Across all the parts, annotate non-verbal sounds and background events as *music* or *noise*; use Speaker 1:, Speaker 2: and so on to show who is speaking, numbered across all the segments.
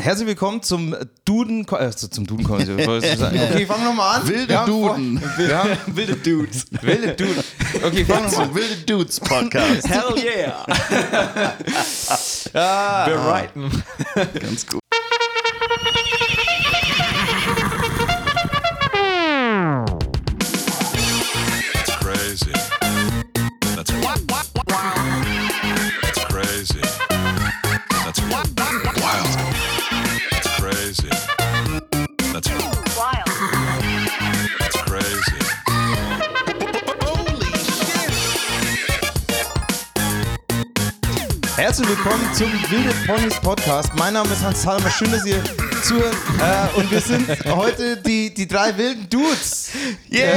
Speaker 1: Herzlich willkommen zum Duden, äh, zum Duden *laughs* Okay, fangen wir nochmal an.
Speaker 2: Wilde
Speaker 1: Wir haben vor-
Speaker 2: Duden.
Speaker 1: Wir haben *laughs* wilde
Speaker 2: *laughs*
Speaker 1: Dudes. Wilde Duden. Okay, fangen wir mal an.
Speaker 2: Wilde Dudes Podcast.
Speaker 1: Hell
Speaker 2: *laughs*
Speaker 1: yeah. ah,
Speaker 3: Brighton.
Speaker 2: Ganz gut.
Speaker 4: That's crazy. That's what? That's crazy. That's what? Wild. That's crazy. That's wild. That's crazy.
Speaker 1: Herzlich willkommen zum Wilde Ponys Podcast. Mein Name ist Hans Salmer. Schön, dass ihr zuhört. Äh, und wir sind heute die, die drei wilden Dudes. Yeah.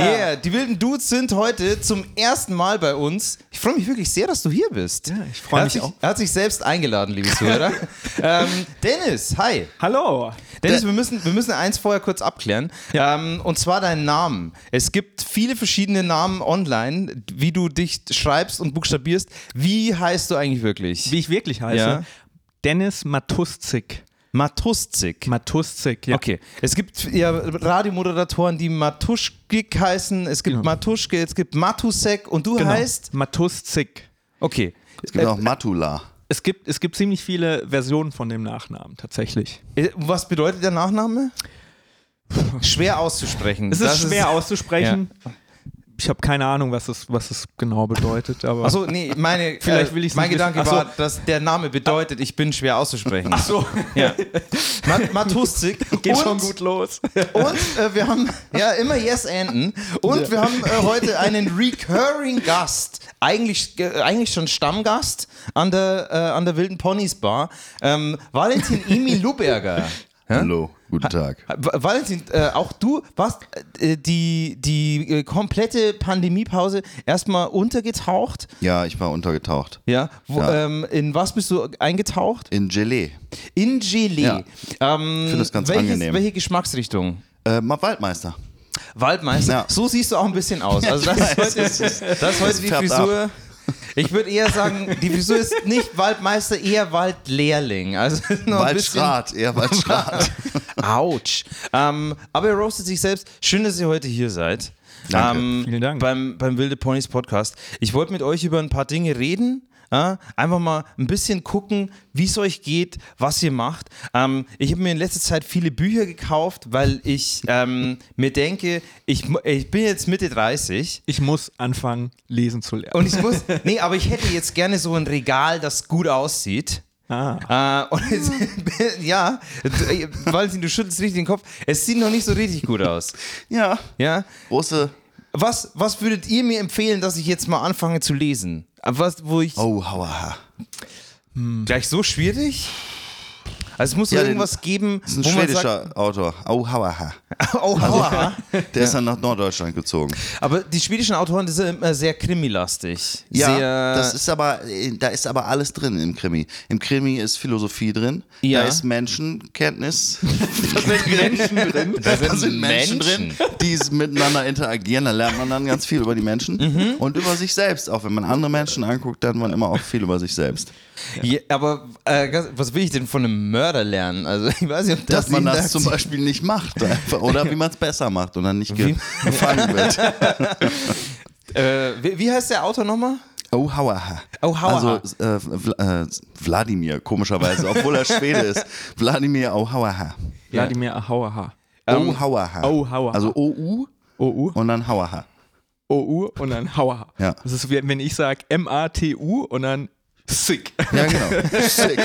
Speaker 1: yeah! Die wilden Dudes sind heute zum ersten Mal bei uns. Ich freue mich wirklich sehr, dass du hier bist. Ja,
Speaker 3: ich freu mich
Speaker 1: er hat sich,
Speaker 3: auch.
Speaker 1: Er hat sich selbst eingeladen, liebe *laughs* Zuhörer. ähm, Dennis, hi.
Speaker 3: Hallo.
Speaker 1: Dennis, wir müssen, wir müssen eins vorher kurz abklären. Ähm, und zwar deinen Namen. Es gibt viele verschiedene Namen online, wie du dich schreibst und buchstabierst. Wie heißt du eigentlich wirklich?
Speaker 3: Wie ich wirklich heiße.
Speaker 1: Ja.
Speaker 3: Dennis Matuszik.
Speaker 1: Matuszik.
Speaker 3: Matuszik, ja.
Speaker 1: Okay. Es gibt ja Radiomoderatoren, die Matuschkik heißen. Es gibt Matuschke, es gibt Matusek und du
Speaker 3: Genau.
Speaker 1: heißt.
Speaker 3: Matuszik.
Speaker 1: Okay. Äh,
Speaker 2: Es gibt auch Matula.
Speaker 3: Es gibt, es gibt ziemlich viele Versionen von dem Nachnamen, tatsächlich.
Speaker 1: Äh, Was bedeutet der Nachname? Schwer auszusprechen.
Speaker 3: Es ist
Speaker 1: Das
Speaker 3: schwer auszusprechen. Ich habe keine Ahnung, was es, was es genau bedeutet, aber.
Speaker 1: Achso, nee, *laughs* meine,
Speaker 3: Vielleicht
Speaker 1: äh,
Speaker 3: will ich's
Speaker 1: mein
Speaker 3: nicht
Speaker 1: Gedanke
Speaker 3: wissen.
Speaker 1: war,
Speaker 3: Ach so.
Speaker 1: dass der Name bedeutet, ich bin schwer auszusprechen. Ach
Speaker 3: so.
Speaker 1: *laughs* Ja. Mat *laughs* Matustik.
Speaker 3: Geht
Speaker 1: und,
Speaker 3: schon gut los.
Speaker 1: Und äh, wir haben, ja, immer Yes-Enden. Und wir haben äh, heute einen recurring Gast. Eigentlich, äh, eigentlich schon Stammgast an der, äh, an der Wilden Ponys Bar. Ähm, Valentin Emi *laughs* Luberger.
Speaker 2: Hallo, guten Tag.
Speaker 1: W- Valentin, äh, auch du warst äh, die, die äh, komplette Pandemiepause erstmal untergetaucht.
Speaker 2: Ja, ich war untergetaucht.
Speaker 1: Ja, wo,
Speaker 2: Ja.
Speaker 1: Ähm, in was bist du eingetaucht?
Speaker 2: In Gelee.
Speaker 1: In Gelee.
Speaker 2: Ja.
Speaker 1: Ähm,
Speaker 2: Ich find das ganz
Speaker 1: welches,
Speaker 2: angenehm.
Speaker 1: Welche Geschmacksrichtung?
Speaker 2: Äh, mal Waldmeister.
Speaker 1: Waldmeister.
Speaker 2: Ja.
Speaker 1: So siehst du auch ein bisschen aus. Also das ist heute, das ist heute die
Speaker 2: färbt
Speaker 1: Frisur. Ich würde eher sagen, die Frisur ist nicht Waldmeister, eher Waldlehrling. Also *laughs* noch ein bisschen.
Speaker 2: Waldschrat,
Speaker 1: *laughs*
Speaker 2: eher Waldschrat.
Speaker 1: Autsch. Ähm, aber er roastet sich selbst. Schön, dass ihr heute hier seid. Ähm,
Speaker 2: Danke.
Speaker 3: Vielen Dank.
Speaker 1: Beim, beim Wilde Ponys Podcast. Ich wollte mit euch über ein paar Dinge reden. Ja, einfach mal ein bisschen gucken, wie es euch geht, was ihr macht. Ähm, ich habe mir in letzter Zeit viele Bücher gekauft, weil ich ähm, mir denke, ich, mu- ich bin jetzt Mitte 30
Speaker 3: Ich muss anfangen, lesen zu lernen.
Speaker 1: und ich muss, nee, aber ich hätte jetzt gerne so ein Regal, das gut aussieht.
Speaker 3: ah.
Speaker 1: Äh, und jetzt, *laughs* ja, d- äh, Valentin, du schüttelst richtig den Kopf. Es sieht noch nicht so richtig gut aus.
Speaker 2: ja.
Speaker 1: Ja?
Speaker 2: Große.
Speaker 1: Was, was würdet ihr mir empfehlen, dass ich jetzt mal anfange zu lesen? Aber Was, wo ich
Speaker 2: Oh, hauaha.
Speaker 1: gleich so schwierig? Also es muss
Speaker 2: Ja,
Speaker 1: ja,
Speaker 2: den-
Speaker 1: irgendwas geben,
Speaker 2: Das ist ein
Speaker 1: wo man sagt,
Speaker 2: schwedischer Autor. Oh, hauaha.
Speaker 1: *laughs* oh, aua.
Speaker 2: Der ist dann nach Norddeutschland gezogen.
Speaker 1: aber die schwedischen Autoren die sind immer sehr krimilastig.
Speaker 2: Ja,
Speaker 1: sehr,
Speaker 2: das ist aber, äh, da ist aber alles drin im Krimi. Im Krimi ist Philosophie drin,
Speaker 1: Ja.
Speaker 2: da
Speaker 1: *laughs*
Speaker 2: ist Menschenkenntnis,
Speaker 1: da
Speaker 2: da sind Menschen, drin, die s- miteinander interagieren, da lernt man dann ganz viel über die Menschen
Speaker 1: Mhm.
Speaker 2: und über sich selbst. Auch wenn man andere Menschen anguckt, lernt man immer auch viel über sich selbst.
Speaker 1: Ja, aber äh, ganz- was will ich denn von einem Mörder lernen? Also ich weiß nicht, ob das
Speaker 2: Dass man das
Speaker 1: Syntax- *laughs*
Speaker 2: zum Beispiel nicht macht einfach, oder wie man es besser macht und dann nicht ge
Speaker 1: *laughs*
Speaker 2: gefangen wird.
Speaker 1: äh, wie, wie heißt der Autor nochmal?
Speaker 2: Oh, hauaha.
Speaker 1: Oh, hauaha.
Speaker 2: Also äh, Vla- äh, Wladimir, komischerweise, obwohl er Schwede ist. Wladimir Oh, hauaha.
Speaker 3: Wladimir Ahauaha.
Speaker 2: Oh, hauaha.
Speaker 3: Oh, hauaha.
Speaker 2: Also OU
Speaker 3: OU.
Speaker 2: und dann hauaha.
Speaker 3: OU und dann Hauaha.
Speaker 2: Ja.
Speaker 3: Das ist, wie, wenn ich sage M-A-T-U und dann Sick.
Speaker 2: Ja,
Speaker 3: *laughs*
Speaker 2: genau. Sick.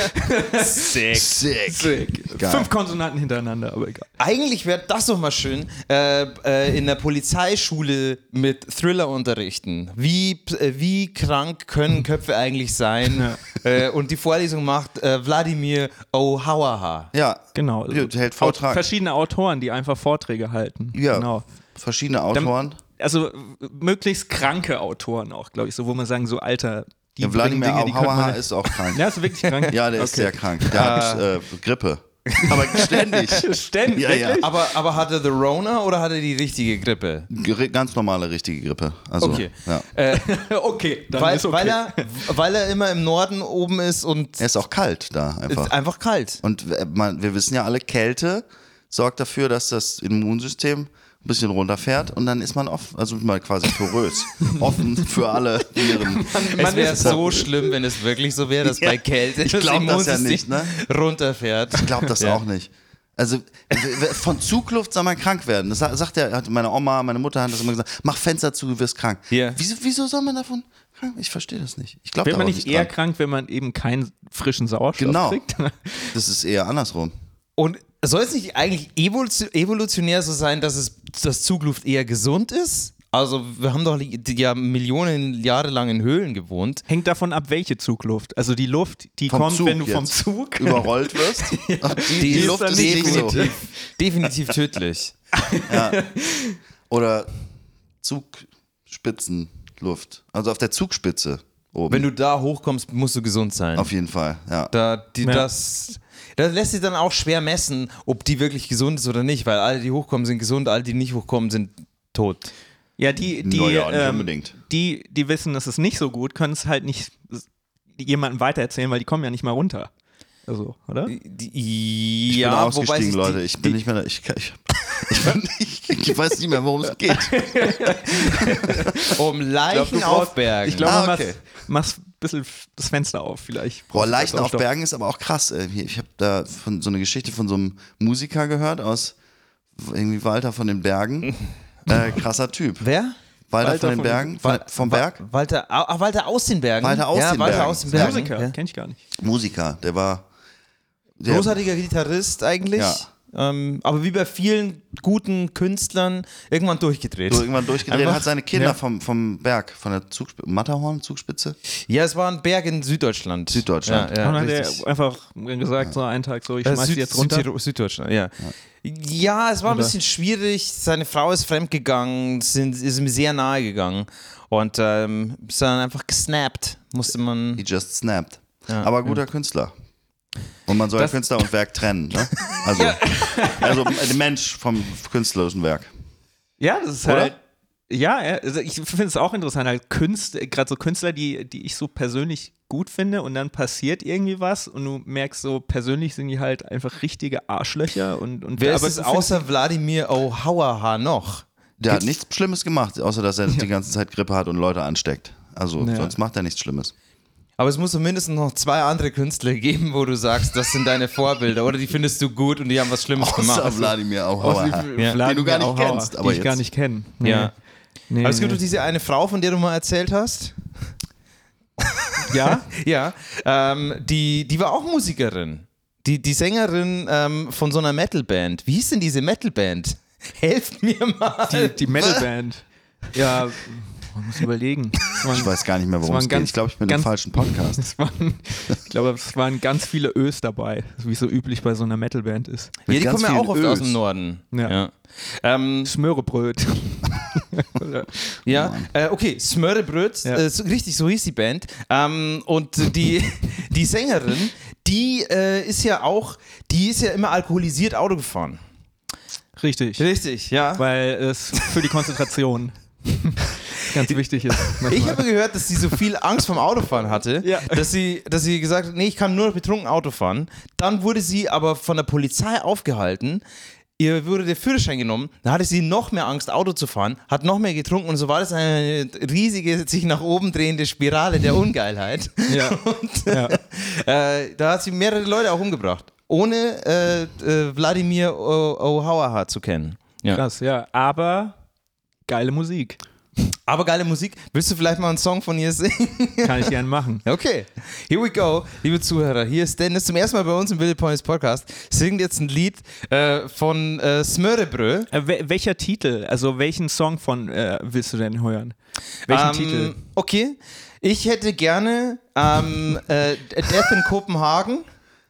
Speaker 1: Sick.
Speaker 2: Sick.
Speaker 3: Sick.
Speaker 2: Geil.
Speaker 3: Fünf Konsonanten hintereinander, aber egal.
Speaker 1: Eigentlich wäre das doch mal schön, äh, äh, in der Polizeischule mit Thriller unterrichten. Wie, äh, wie krank können Köpfe eigentlich sein? Äh, und die Vorlesung macht äh, Wladimir Ohauaha.
Speaker 2: Ja.
Speaker 3: Genau.
Speaker 2: Ja, der hält
Speaker 3: Aut-
Speaker 2: Vortrag.
Speaker 3: Verschiedene Autoren, die einfach Vorträge halten.
Speaker 2: Ja.
Speaker 3: Genau.
Speaker 2: Verschiedene
Speaker 3: Dann-
Speaker 2: Autoren.
Speaker 3: Also äh, möglichst kranke Autoren auch, glaube ich, so wo man sagen, so Alter, die
Speaker 2: Ja, Wladimir
Speaker 3: *laughs* bringen Dinge, die könnte
Speaker 2: Auhauer
Speaker 3: man.
Speaker 2: ist auch krank. *laughs*
Speaker 3: Ja, ist wirklich krank. Ah.
Speaker 2: Ja, der ist sehr krank. Der hat äh, Grippe.
Speaker 3: *laughs*
Speaker 2: Aber ständig.
Speaker 3: Ständig?
Speaker 2: Ja, ja.
Speaker 1: Aber, aber hatte The Rona oder hatte die richtige Grippe?
Speaker 2: Geri- Ganz normale, richtige Grippe. Also,
Speaker 1: Okay.
Speaker 2: ja.
Speaker 3: Äh, Ah, okay, dann
Speaker 1: Weil,
Speaker 3: ist okay.
Speaker 1: weil,
Speaker 3: *laughs*
Speaker 1: er, weil er immer im Norden oben ist und
Speaker 2: Er ist auch kalt da einfach.
Speaker 1: ist einfach kalt.
Speaker 2: Und w- man, wir wissen ja alle, Kälte sorgt dafür, dass das Immunsystem ein bisschen runterfährt und dann ist man offen, also mal quasi
Speaker 3: *laughs*
Speaker 2: porös, offen für alle Viren.
Speaker 1: es wäre so schlimm, wenn es wirklich so wäre, dass
Speaker 2: Ja,
Speaker 1: bei Kälte *laughs*
Speaker 2: ich
Speaker 1: das
Speaker 2: glaub das ja
Speaker 1: Immunsystem
Speaker 2: nicht, ne?
Speaker 1: runterfährt.
Speaker 2: Ich glaube das
Speaker 1: Ja.
Speaker 2: auch nicht. Also w- w- von Zugluft soll man krank werden. Das sa- sagt ja hat meine Oma, meine Mutter hat das immer gesagt. Mach Fenster zu, du wirst krank.
Speaker 1: Ja.
Speaker 2: Wieso, wieso soll man davon krank? Ich verstehe das nicht. Ich glaube
Speaker 3: Wird man
Speaker 2: nicht,
Speaker 3: nicht
Speaker 2: nicht
Speaker 3: eher
Speaker 2: dran.
Speaker 3: krank, wenn man eben keinen frischen Sauerstoff
Speaker 2: Genau.
Speaker 3: kriegt? *laughs*
Speaker 2: Das ist eher andersrum.
Speaker 1: Und soll es nicht eigentlich evolu- evolutionär so sein, dass es dass Zugluft eher gesund ist? Also wir haben doch li- die- ja Millionen Jahre lang in Höhlen gewohnt.
Speaker 3: Hängt davon ab, welche Zugluft. Also die Luft, die
Speaker 2: Vom
Speaker 3: kommt,
Speaker 2: Zug
Speaker 3: wenn du vom
Speaker 2: jetzt. *laughs*
Speaker 3: Zug *laughs*
Speaker 2: Überrollt wirst. die, die,
Speaker 1: ist
Speaker 2: Luft
Speaker 3: dann
Speaker 2: ist
Speaker 3: nicht
Speaker 2: nicht so.
Speaker 1: definitiv, *laughs* definitiv tödlich.
Speaker 2: Oder Zugspitzenluft. Also auf der Zugspitze oben.
Speaker 1: Wenn du da hochkommst, musst du gesund sein.
Speaker 2: auf jeden Fall, ja.
Speaker 1: Da, die,
Speaker 3: Ja.
Speaker 1: das, das lässt sich dann auch schwer messen, ob die wirklich gesund ist oder nicht, weil alle, die hochkommen, sind gesund, alle, die nicht hochkommen, sind tot.
Speaker 3: Ja, die, die,
Speaker 2: Naja, nicht
Speaker 3: ähm,
Speaker 2: unbedingt.
Speaker 3: die, die wissen, es ist nicht so gut, können es halt nicht s- jemandem weitererzählen, weil die kommen ja nicht mal runter. Also, oder?
Speaker 1: Die,
Speaker 2: Ich bin
Speaker 1: ja, wobei
Speaker 2: ausgestiegen,
Speaker 1: sich
Speaker 2: Leute.
Speaker 1: Die,
Speaker 2: ich bin nicht mehr da. Ich, kann- ich, ich, bin, ich, ich weiß nicht mehr, worum es geht.
Speaker 1: um
Speaker 3: glaub,
Speaker 1: Leichen
Speaker 3: du brauchst-
Speaker 1: auf Bergen.
Speaker 3: Ich glaube,
Speaker 2: Ah,
Speaker 3: man
Speaker 2: okay.
Speaker 3: machst ein bisschen das Fenster auf, vielleicht. Also,
Speaker 2: Boah,
Speaker 3: brauchst du
Speaker 2: Leichen auf
Speaker 3: Sauerstoff.
Speaker 2: Bergen ist aber auch krass. Ey. Hier, Ich habe da von, so eine Geschichte von so einem Musiker gehört aus irgendwie Walter von den Bergen. Äh, krasser Typ.
Speaker 1: Wer?
Speaker 2: Walter,
Speaker 3: Walter
Speaker 2: von den
Speaker 3: von-
Speaker 2: Bergen? Von, vom
Speaker 1: Wa-
Speaker 2: Berg?
Speaker 1: Walter, ah, Walter aus den Bergen.
Speaker 2: Walter aus
Speaker 1: ja,
Speaker 2: den
Speaker 1: Walter
Speaker 2: Bergen.
Speaker 1: Aus den
Speaker 2: Ist ein
Speaker 1: Bergen.
Speaker 3: Musiker,
Speaker 1: Ja.
Speaker 3: kenn ich gar nicht.
Speaker 2: Musiker, der war. Der,
Speaker 1: Großartiger Gitarrist eigentlich.
Speaker 2: Ja.
Speaker 1: Ähm, aber wie bei vielen guten Künstlern irgendwann durchgedreht.
Speaker 2: So irgendwann durchgedreht,
Speaker 1: Einfach-
Speaker 2: hat seine Kinder
Speaker 1: Ja.
Speaker 2: vom, vom Berg, von der Zugspitze, Matterhorn, Zugspitze,
Speaker 1: Ja, es war ein Berg in Süddeutschland.
Speaker 2: Süddeutschland.
Speaker 1: Ja, ja,
Speaker 3: Und dann hat
Speaker 1: richtig.
Speaker 3: er einfach gesagt, so einen Tag so, ich
Speaker 1: Äh,
Speaker 3: schmeiß die
Speaker 1: Süd-
Speaker 3: jetzt runter.
Speaker 1: Südtiro- Süddeutschland, ja. Ja, es war ein
Speaker 3: Oder?
Speaker 1: bisschen schwierig. Seine Frau ist fremdgegangen, sind, ist ihm sehr nahe gegangen und ähm, ist dann einfach gesnappt. Musste man.
Speaker 2: he just snapped. Aber guter Künstler. Und man soll
Speaker 3: Das-
Speaker 2: Künstler und Werk trennen. Ne? Also, also der Mensch vom künstlerischen Werk.
Speaker 3: Ja, das ist
Speaker 2: Oder?
Speaker 3: halt. Ja, ja, also ich finde es auch interessant, halt Künst, gerade so Künstler, die, die ich so persönlich gut finde und dann passiert irgendwie was und du merkst so, persönlich sind die halt einfach richtige Arschlöcher und, und
Speaker 1: Wer
Speaker 3: aber
Speaker 1: ist es
Speaker 3: du findest-
Speaker 1: außer Wladimir Ohawaha noch?
Speaker 2: Der hat nichts Schlimmes gemacht, außer dass er die ganze Zeit Grippe hat und Leute ansteckt. Also
Speaker 3: Ja.
Speaker 2: sonst macht er nichts Schlimmes.
Speaker 1: Aber es muss zumindest noch zwei andere Künstler geben, wo du sagst, das sind deine Vorbilder oder die findest du gut und die haben was Schlimmes
Speaker 2: Außer
Speaker 1: gemacht.
Speaker 2: Wladimir *laughs*
Speaker 3: aus
Speaker 2: Auhauer.
Speaker 3: dem
Speaker 1: Ja.
Speaker 3: Fladen,
Speaker 2: Den du gar nicht
Speaker 3: Auhauer,
Speaker 2: kennst,
Speaker 3: die
Speaker 2: aber
Speaker 3: ich
Speaker 2: jetzt.
Speaker 3: gar nicht kenne.
Speaker 1: Ja.
Speaker 3: Nee,
Speaker 1: Aber es
Speaker 3: nee.
Speaker 1: gibt doch diese eine Frau, von der du mal erzählt hast.
Speaker 3: ja,
Speaker 1: Ja, ähm, die, die war auch Musikerin. Die, die Sängerin ähm, von so einer Metalband. Wie hieß denn diese Metalband? *laughs* Helft mir mal.
Speaker 3: die,
Speaker 2: *laughs*
Speaker 3: die Metalband. Ja, man muss überlegen. Das waren-
Speaker 2: Ich weiß gar nicht mehr, worum
Speaker 3: war
Speaker 2: es
Speaker 3: ein
Speaker 2: geht.
Speaker 3: ganz-
Speaker 2: Ich glaube, ich bin im
Speaker 3: ganz-
Speaker 2: falschen Podcast.
Speaker 3: das waren, ich glaube, es waren ganz viele Ös dabei, wie es so üblich bei so einer Metalband ist.
Speaker 1: ja, die
Speaker 2: ganz
Speaker 1: kommen ja auch
Speaker 2: vielen
Speaker 1: oft aus
Speaker 2: Ös.
Speaker 1: dem Norden.
Speaker 3: Ja.
Speaker 1: ja. Ähm,
Speaker 3: Smörebröt. Oder-
Speaker 1: Ja, äh, okay, Smörrebröt,
Speaker 3: Ja.
Speaker 1: äh, so, richtig, so hieß die Band. Ähm, und die, *laughs* die Sängerin, die äh, ist ja auch, die ist ja immer alkoholisiert Auto gefahren.
Speaker 3: Richtig.
Speaker 1: Richtig, ja.
Speaker 3: Weil es für die
Speaker 2: *laughs*
Speaker 3: Konzentration ganz wichtig ist.
Speaker 1: Ich habe gehört, dass sie so viel Angst vom Autofahren hatte,
Speaker 3: Ja.
Speaker 1: dass, sie, dass sie gesagt hat, nee, ich kann nur noch betrunken Auto fahren. Dann wurde sie aber von der Polizei aufgehalten. Ihr wurde der Führerschein genommen, dann hatte sie noch mehr Angst, Auto zu fahren, hat noch mehr getrunken und so war das eine riesige, sich nach oben drehende Spirale der Ungeilheit.
Speaker 3: Ja.
Speaker 1: *laughs* Und
Speaker 3: Ja.
Speaker 1: äh, da hat sie mehrere Leute auch umgebracht, ohne äh, äh, Wladimir O- Ohawaha zu kennen. Ja.
Speaker 3: Krass, ja. Aber geile Musik.
Speaker 1: Aber geile Musik. Willst du vielleicht mal einen Song von ihr
Speaker 3: *laughs*
Speaker 1: singen?
Speaker 3: Kann ich gerne machen.
Speaker 1: Okay, here we go, liebe Zuhörer. Hier ist Dennis zum ersten Mal bei uns im Wilde Ponies Podcast. Singt jetzt ein Lied äh, von äh, Smörebrö.
Speaker 3: Äh, wel- welcher Titel, also welchen Song von äh, willst du denn hören? Welchen
Speaker 1: Ähm,
Speaker 3: Titel?
Speaker 1: Okay, ich hätte gerne ähm, äh, Death in Kopenhagen.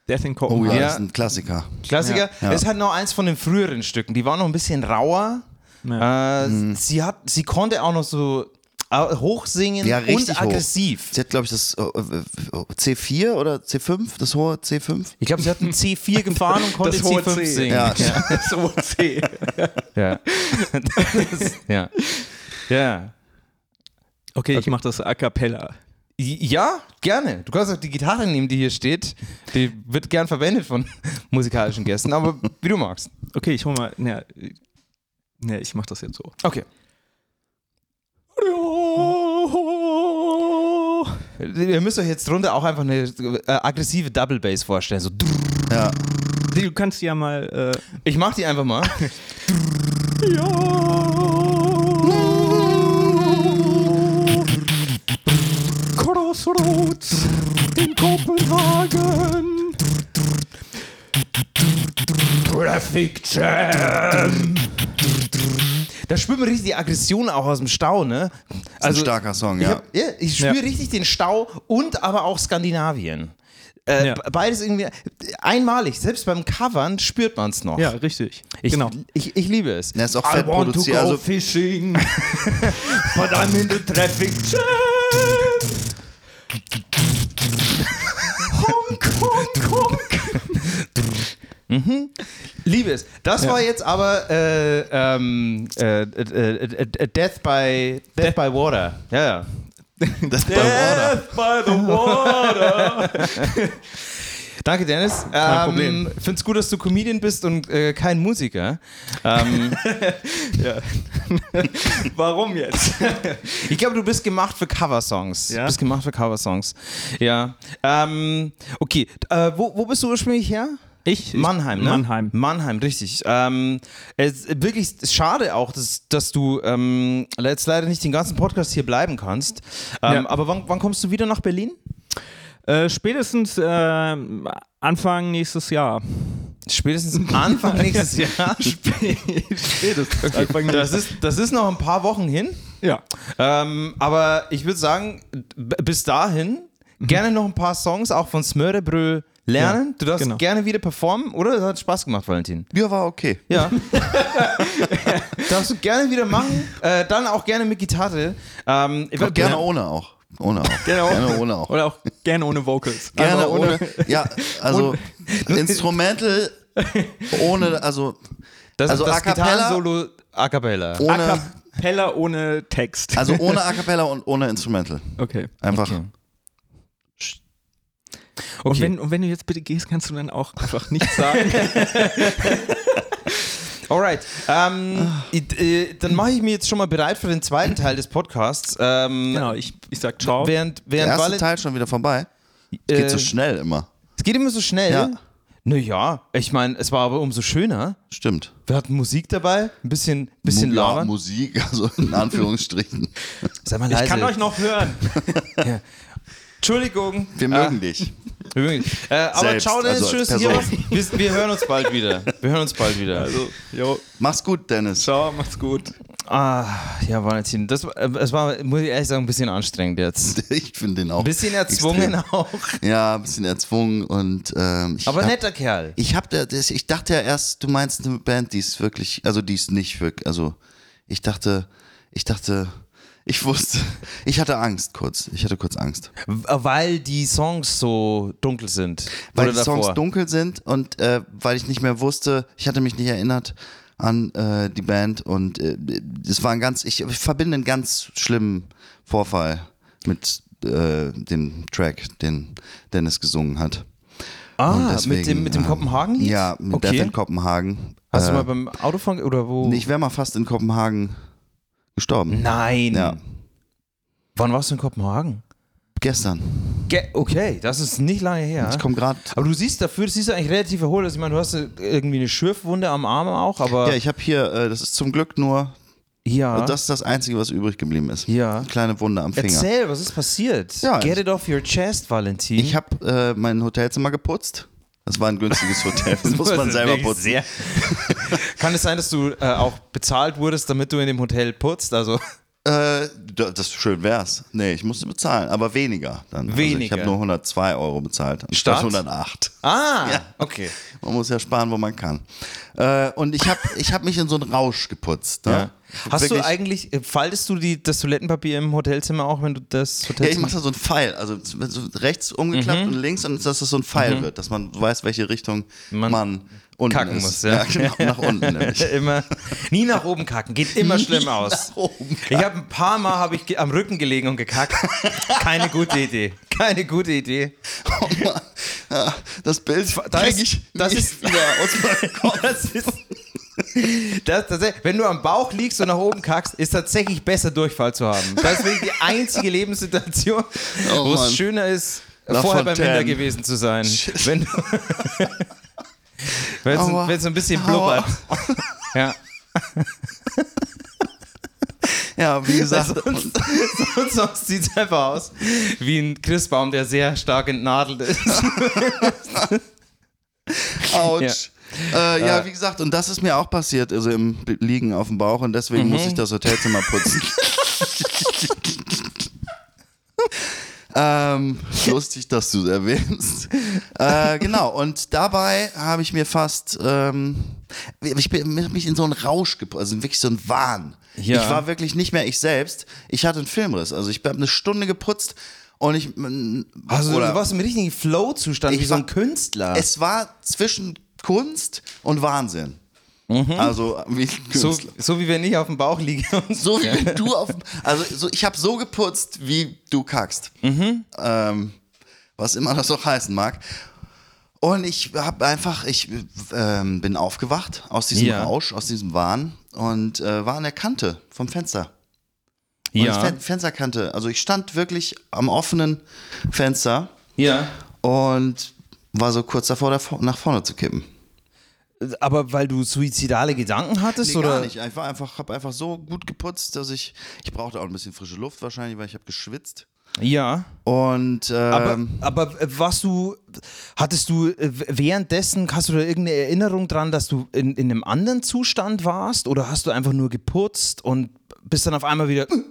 Speaker 3: Death
Speaker 2: Oh ja,
Speaker 3: in Copenhagen.
Speaker 2: das ist ein Klassiker.
Speaker 1: Klassiker.
Speaker 2: Ja.
Speaker 1: Es hat noch eins von den früheren Stücken. Die war noch ein bisschen rauer.
Speaker 3: Ja.
Speaker 1: Äh, Sie hat, sie konnte auch noch so au- hochsingen
Speaker 2: Ja, richtig
Speaker 1: und aggressiv.
Speaker 2: Hoch. Sie hat, glaube ich, das äh, äh, C4 oder C5, das hohe C5.
Speaker 1: Ich glaube, sie hat
Speaker 3: *laughs*
Speaker 1: einen C4 gefahren und konnte
Speaker 3: Das hohe
Speaker 1: C5
Speaker 3: C.
Speaker 1: singen.
Speaker 2: Ja.
Speaker 3: Das hohe C. *laughs*
Speaker 1: Ja. Das, ja. ja.
Speaker 3: Okay, ich mache das a cappella.
Speaker 1: Ja, gerne. Du kannst auch die Gitarre nehmen, die hier steht. Die wird gern verwendet von musikalischen Gästen, aber wie du magst.
Speaker 3: Okay, ich hol mal. Ne, ne ich mache das jetzt so.
Speaker 1: Okay. Ihr müsst euch jetzt drunter auch einfach eine äh, aggressive Double Bass vorstellen. So.
Speaker 2: Ja.
Speaker 3: Du kannst ja mal. Äh,
Speaker 1: Ich mach die einfach mal.
Speaker 3: Crossroads in Kopenhagen.
Speaker 1: Traffic Jam. Da spürt man richtig die Aggression auch aus dem Stau, ne?
Speaker 2: Also, ein starker Song,
Speaker 1: Ich,
Speaker 2: ja.
Speaker 1: hab- ja, ich spüre
Speaker 3: Ja.
Speaker 1: richtig den Stau und aber auch Skandinavien. Äh,
Speaker 3: Ja.
Speaker 1: be- Beides irgendwie einmalig. Selbst beim Covern spürt man es noch.
Speaker 3: Ja, richtig.
Speaker 1: ich,
Speaker 3: genau.
Speaker 1: Ich, ich liebe es.
Speaker 2: Ja, ist auch fett produziert. Also,
Speaker 3: fishing, but I'm in the traffic *laughs* jam. honk, honk, honk.
Speaker 1: Liebe es. Das
Speaker 3: Ja.
Speaker 1: war jetzt aber äh, ähm, äh, äh, äh, äh, Death by Death by Water. Ja, ja.
Speaker 2: das bei Warner.
Speaker 3: by the water.
Speaker 1: Danke, Dennis. Kein ähm,
Speaker 3: Problem.
Speaker 1: Find's gut, dass du Comedian bist und äh, kein Musiker. Ähm,
Speaker 3: Warum jetzt?
Speaker 1: ich glaube, du bist gemacht für Coversongs.
Speaker 3: Ja?
Speaker 1: Du bist gemacht für Coversongs. Ja. Ähm, okay. Äh, wo, wo bist du ursprünglich her?
Speaker 3: Ich?
Speaker 1: Mannheim, ne?
Speaker 3: Mannheim.
Speaker 1: Mannheim, richtig. Ähm, es, wirklich schade auch, dass, dass du ähm, jetzt leider nicht den ganzen Podcast hier bleiben kannst. Ähm,
Speaker 3: Ja.
Speaker 1: Aber wann, wann kommst du wieder nach Berlin?
Speaker 3: Äh, spätestens ähm, Anfang nächstes Jahr.
Speaker 1: Spätestens *laughs* Anfang nächstes Jahr.
Speaker 3: Spätestens Anfang
Speaker 1: Das ist, das ist noch ein paar Wochen hin.
Speaker 3: Ja.
Speaker 1: Ähm, aber ich würde sagen, b- bis dahin gerne noch ein paar Songs auch von Smörebrö lernen.
Speaker 3: Ja,
Speaker 1: du darfst
Speaker 3: genau.
Speaker 1: gerne wieder performen, oder? Das hat Spaß gemacht, Valentin.
Speaker 2: Ja, war okay.
Speaker 1: Ja. *laughs* darfst du gerne wieder machen. Äh, dann auch gerne mit Gitarre. Ähm, ich
Speaker 2: Auch gerne ohne auch. Ohne auch.
Speaker 3: Genau.
Speaker 2: Gerne ohne auch.
Speaker 3: Oder auch gerne ohne Vocals.
Speaker 2: Gerne
Speaker 3: Aber
Speaker 2: ohne, Ja, also Instrumental ohne, also,
Speaker 1: Das,
Speaker 2: also
Speaker 1: das
Speaker 2: A cappella
Speaker 1: Gitarren-Solo A cappella.
Speaker 3: A
Speaker 2: ohne,
Speaker 3: cappella ohne Text.
Speaker 2: also ohne A cappella und ohne Instrumental.
Speaker 3: okay.
Speaker 2: Einfach.
Speaker 1: Okay.
Speaker 3: Und,
Speaker 1: Okay.
Speaker 3: wenn, und wenn du jetzt bitte gehst, kannst du dann auch einfach *laughs* nichts sagen.
Speaker 1: Alright. Ähm, it- äh, dann mache ich mich jetzt schon mal bereit für den zweiten Teil des Podcasts. Ähm,
Speaker 3: genau, ich, ich sag ciao.
Speaker 1: Während,
Speaker 2: Der
Speaker 1: während
Speaker 2: erste
Speaker 1: Valen-
Speaker 2: Teil schon wieder vorbei.
Speaker 1: äh,
Speaker 2: Geht so schnell immer.
Speaker 1: Es geht immer so schnell.
Speaker 2: Ähm, Ja.
Speaker 1: Naja, ich meine, es war aber umso schöner.
Speaker 2: Stimmt.
Speaker 1: Wir hatten Musik dabei, ein bisschen, bisschen
Speaker 2: Mu- ja,
Speaker 1: labern.
Speaker 2: Musik, *laughs* also
Speaker 1: *laughs*
Speaker 2: in Anführungsstrichen.
Speaker 1: Sei mal
Speaker 3: Ich kann euch noch hören.
Speaker 1: Entschuldigung.
Speaker 2: Wir Äh, mögen dich.
Speaker 1: Wir mögen dich. Äh, aber
Speaker 2: Selbst,
Speaker 1: ciao, Dennis,
Speaker 2: also
Speaker 1: schön,
Speaker 2: als
Speaker 1: dass du hier warst.
Speaker 2: Person.
Speaker 1: Wir, wir hören uns bald wieder. Wir hören uns bald wieder.
Speaker 3: Also, *laughs* jo,
Speaker 2: Mach's gut, Dennis.
Speaker 3: ciao, macht's gut.
Speaker 1: Ah, ja, Valentin, das, äh, das war, muss ich ehrlich sagen, ein bisschen anstrengend jetzt.
Speaker 2: *laughs* Ich finde den auch.
Speaker 1: Ein bisschen erzwungen
Speaker 2: extrem-
Speaker 1: auch.
Speaker 2: Ja, ein bisschen erzwungen und ähm, ich
Speaker 1: Aber
Speaker 2: hab,
Speaker 1: netter Kerl.
Speaker 2: Ich hab da, das, ich dachte ja erst, du meinst eine Band, die ist wirklich, also die ist nicht wirklich, also ich dachte, ich dachte, ich wusste, *laughs* ich hatte Angst kurz, ich hatte kurz Angst,
Speaker 1: W- Weil die Songs so dunkel sind.
Speaker 2: weil
Speaker 1: Oder
Speaker 2: die Songs
Speaker 1: davor.
Speaker 2: dunkel sind und äh, weil ich nicht mehr wusste, ich hatte mich nicht erinnert an äh, die Band und äh, das war ein ganz, ich, ich verbinde einen ganz schlimmen Vorfall mit äh, dem Track, den Dennis gesungen hat. Und
Speaker 1: Ah, mit
Speaker 2: deswegen,
Speaker 1: dem, mit dem
Speaker 2: ähm,
Speaker 1: Kopenhagen-Lied?
Speaker 2: Ja, mit
Speaker 1: okay.
Speaker 2: Death in Kopenhagen.
Speaker 1: Hast
Speaker 2: Äh,
Speaker 1: du mal beim Autofahren oder wo?
Speaker 2: Ich wäre mal fast in Kopenhagen gestorben.
Speaker 1: Nein.
Speaker 2: Ja,
Speaker 1: Wann warst du in Kopenhagen?
Speaker 2: gestern.
Speaker 1: Ge okay, das ist nicht lange her.
Speaker 2: Ich komme gerade.
Speaker 1: aber du siehst dafür, das siehst du eigentlich relativ erholt. aus. Ich meine, du hast äh, irgendwie eine Schürfwunde am Arm auch, aber
Speaker 2: Ja, ich habe hier, äh, das ist zum Glück nur,
Speaker 1: ja.
Speaker 2: das ist das Einzige, was übrig geblieben ist.
Speaker 1: Ja.
Speaker 2: Eine Kleine Wunde am Finger.
Speaker 1: Erzähl, was ist passiert?
Speaker 2: Ja,
Speaker 1: Get
Speaker 2: ich-
Speaker 1: it off your chest, Valentin.
Speaker 2: Ich habe äh, mein Hotelzimmer geputzt. Das war
Speaker 1: *laughs*
Speaker 2: ein günstiges Hotel, das muss man selber
Speaker 1: Wirklich
Speaker 2: putzen.
Speaker 1: sehr- Kann es sein, dass du äh, auch bezahlt wurdest, damit du in dem Hotel putzt? Also *laughs*
Speaker 2: Äh, da- das schön wär's. Nee, ich musste bezahlen, aber weniger dann. Also ich
Speaker 1: Weniger.
Speaker 2: habe nur 102 Euro bezahlt.
Speaker 1: Statt?
Speaker 2: 108.
Speaker 1: ah,
Speaker 2: Ja.
Speaker 1: okay.
Speaker 2: Man muss ja sparen, wo man kann. Äh, und ich habe ich hab mich in so einen Rausch geputzt. Ne?
Speaker 1: Ja. Hast
Speaker 2: Wirklich-
Speaker 1: du eigentlich, äh, faltest du die, das Toilettenpapier im Hotelzimmer auch, wenn du das
Speaker 2: Ja, ich
Speaker 1: Hotelzimmer...
Speaker 2: mache da so einen Pfeil, also so rechts umgeklappt
Speaker 1: Mhm.
Speaker 2: und links und dass das so ein Pfeil wird, dass man weiß, welche Richtung man,
Speaker 1: Man
Speaker 2: unten
Speaker 1: kacken
Speaker 2: ist.
Speaker 1: muss, ja.
Speaker 2: genau,
Speaker 1: *laughs*
Speaker 2: nach unten nämlich. *laughs*
Speaker 1: Ne, immer, nie nach oben kacken, geht immer schlimm aus.
Speaker 2: Nach oben.
Speaker 1: Ich habe ein paar Mal hab ich ge- am Rücken gelegen und gekackt. Keine gute Idee. Keine gute Idee.
Speaker 2: Oh Mann. Ja, das Bild
Speaker 1: das-
Speaker 2: krieg ich
Speaker 1: das
Speaker 2: nie
Speaker 1: ist-
Speaker 2: wieder aus
Speaker 1: *laughs*
Speaker 2: meinem Kopf.
Speaker 1: Das ist. Das, das, wenn du am Bauch liegst und nach oben kackst, ist tatsächlich besser Durchfall zu haben. Das ist wirklich die einzige Lebenssituation,
Speaker 2: Oh
Speaker 1: wo
Speaker 2: Mann.
Speaker 1: es schöner ist,
Speaker 2: La
Speaker 1: vorher beim
Speaker 2: Fontaine.
Speaker 1: Händler gewesen zu sein.
Speaker 2: Shit.
Speaker 1: Wenn du. *laughs* Wenn es
Speaker 2: Aua.
Speaker 1: ein- wenn es ein bisschen
Speaker 2: Aua.
Speaker 1: blubbert. Ja.
Speaker 2: Ja, wie gesagt,
Speaker 1: Sonst, sonst, sonst sieht es einfach aus wie ein Christbaum, der sehr stark entnadelt ist.
Speaker 2: ouch. Ja. Äh, ja, wie gesagt, und das ist mir auch passiert, also im Liegen auf dem Bauch und deswegen muss ich das Hotelzimmer putzen. *laughs* ähm, lustig, dass du es erwähnst. Äh, genau, und dabei habe ich mir fast, ähm, ich bin mir hat mich in so einen Rausch gebracht, also wirklich so einen Wahn.
Speaker 1: Ja.
Speaker 2: Ich war wirklich nicht mehr ich selbst. Ich hatte einen Filmriss, also ich habe eine Stunde geputzt und ich...
Speaker 1: Also,
Speaker 2: oder-
Speaker 1: du warst im richtigen Flow-Zustand,
Speaker 2: Ich
Speaker 1: wie so ein
Speaker 2: war-
Speaker 1: Künstler.
Speaker 2: es war zwischen Kunst und Wahnsinn. Also wie ein
Speaker 1: so,
Speaker 2: Künstler.
Speaker 1: so wie wenn ich auf dem Bauch liege *laughs* und
Speaker 2: So, wie wenn du auf also so, ich habe so geputzt, wie du kackst. Ähm, was immer das auch heißen mag. Und ich habe einfach, ich ähm, bin aufgewacht aus diesem
Speaker 1: Ja.
Speaker 2: Rausch, aus diesem Wahn und äh, war an der Kante vom Fenster. Und
Speaker 1: Ja.
Speaker 2: das Fen Fensterkante. Also ich stand wirklich am offenen Fenster
Speaker 1: Ja.
Speaker 2: und war so kurz davor, davor nach vorne zu kippen.
Speaker 1: Aber weil du suizidale Gedanken hattest?
Speaker 2: Nee,
Speaker 1: oder?
Speaker 2: gar nicht. Ich war einfach, habe einfach so gut geputzt, dass ich, ich brauchte auch ein bisschen frische Luft wahrscheinlich, weil ich habe geschwitzt.
Speaker 1: Ja.
Speaker 2: Und
Speaker 1: Aber,
Speaker 2: ähm,
Speaker 1: aber äh, warst du, hattest du äh, währenddessen, hast du da irgendeine Erinnerung dran, dass du in, in einem anderen Zustand warst? Oder hast du einfach nur geputzt und bist dann auf einmal wieder äh,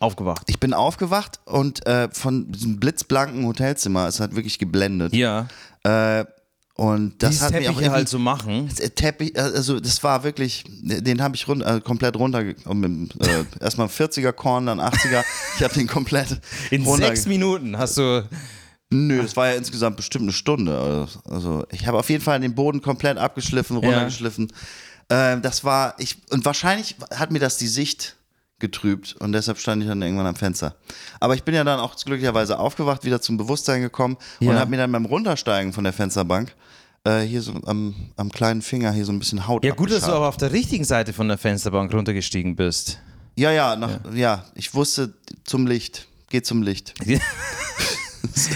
Speaker 1: aufgewacht?
Speaker 2: ich bin aufgewacht und äh, von diesem blitzblanken Hotelzimmer, es hat wirklich geblendet.
Speaker 1: Ja.
Speaker 2: Äh, und das
Speaker 1: Dieses
Speaker 2: hat mich auch
Speaker 1: Teppiche
Speaker 2: irgendwie-
Speaker 1: halt so machen.
Speaker 2: Äh, Teppich, äh, also das war wirklich, den habe ich run äh, komplett runter, äh, erstmal 40er Korn,
Speaker 1: *laughs*
Speaker 2: dann 80er, ich habe den komplett
Speaker 1: In
Speaker 2: runterge-
Speaker 1: sechs Minuten hast du.
Speaker 2: Nö, das war ja insgesamt bestimmt eine Stunde. Also- Also ich habe auf jeden Fall den Boden komplett abgeschliffen, runtergeschliffen. Ähm, das war ich und wahrscheinlich hat mir das die Sicht getrübt und deshalb stand ich dann irgendwann am Fenster. Aber ich bin ja dann auch glücklicherweise aufgewacht, wieder zum Bewusstsein gekommen und
Speaker 1: Ja.
Speaker 2: habe mir dann beim Runtersteigen von der Fensterbank äh, hier so am, am kleinen Finger hier so ein bisschen Haut.
Speaker 1: Ja, gut, dass du
Speaker 2: abgeschabt.
Speaker 1: aber auf der richtigen Seite von der Fensterbank runtergestiegen bist.
Speaker 2: Ja, ja, nach, ja, Ich wusste zum Licht, geh zum Licht.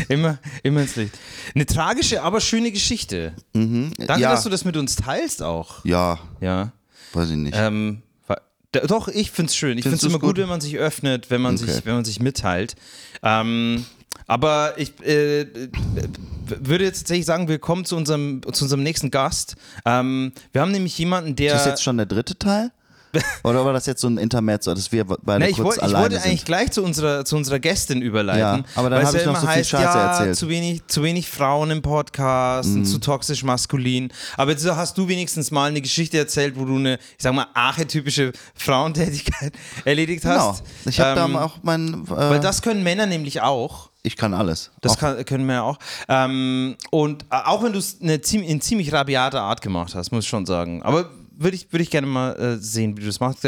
Speaker 1: Immer, immer ins Licht. Eine tragische, aber schöne Geschichte. Danke,
Speaker 2: ja.
Speaker 1: dass du das mit uns teilst auch.
Speaker 2: Ja,
Speaker 1: Ja.
Speaker 2: weiß ich nicht.
Speaker 1: Ähm, wa- d- doch, ich find's schön. Ich
Speaker 2: Findest
Speaker 1: find's immer
Speaker 2: du's
Speaker 1: gut,
Speaker 2: gut?
Speaker 1: wenn man sich öffnet, wenn man,
Speaker 2: Okay.
Speaker 1: sich, wenn man sich mitteilt. Ähm, aber ich äh, äh, w- würde jetzt tatsächlich sagen, wir kommen zu unserem, zu unserem nächsten Gast. Ähm, wir haben nämlich jemanden, der.
Speaker 2: Ist das jetzt schon der dritte Teil?
Speaker 1: *laughs*
Speaker 2: Oder war das jetzt so ein Intermezzo, dass wir beide
Speaker 1: Na, ich
Speaker 2: kurz
Speaker 1: wollte, ich
Speaker 2: alleine
Speaker 1: wollte eigentlich
Speaker 2: sind?
Speaker 1: gleich zu unserer, zu unserer Gästin überleiten.
Speaker 2: Ja, aber dann
Speaker 1: weil es
Speaker 2: habe ich noch
Speaker 1: immer
Speaker 2: so viel Scheiße
Speaker 1: ja,
Speaker 2: erzählt. Mhm.
Speaker 1: Zu wenig, zu wenig Frauen im Podcast und zu toxisch maskulin. Aber jetzt hast du wenigstens mal eine Geschichte erzählt, wo du eine, ich sag mal, archetypische Frauentätigkeit *laughs* erledigt
Speaker 2: Genau.
Speaker 1: hast.
Speaker 2: Ich habe
Speaker 1: Ähm,
Speaker 2: da auch mein. Äh,
Speaker 1: Weil das können Männer nämlich auch.
Speaker 2: ich kann alles.
Speaker 1: Das
Speaker 2: auch,
Speaker 1: kann, können wir ja auch. Ähm, und äh, auch wenn du es eine ziem- in ziemlich rabiate Art gemacht hast, muss ich schon sagen. Aber würde ich, würde ich gerne mal äh, sehen, wie du das machst.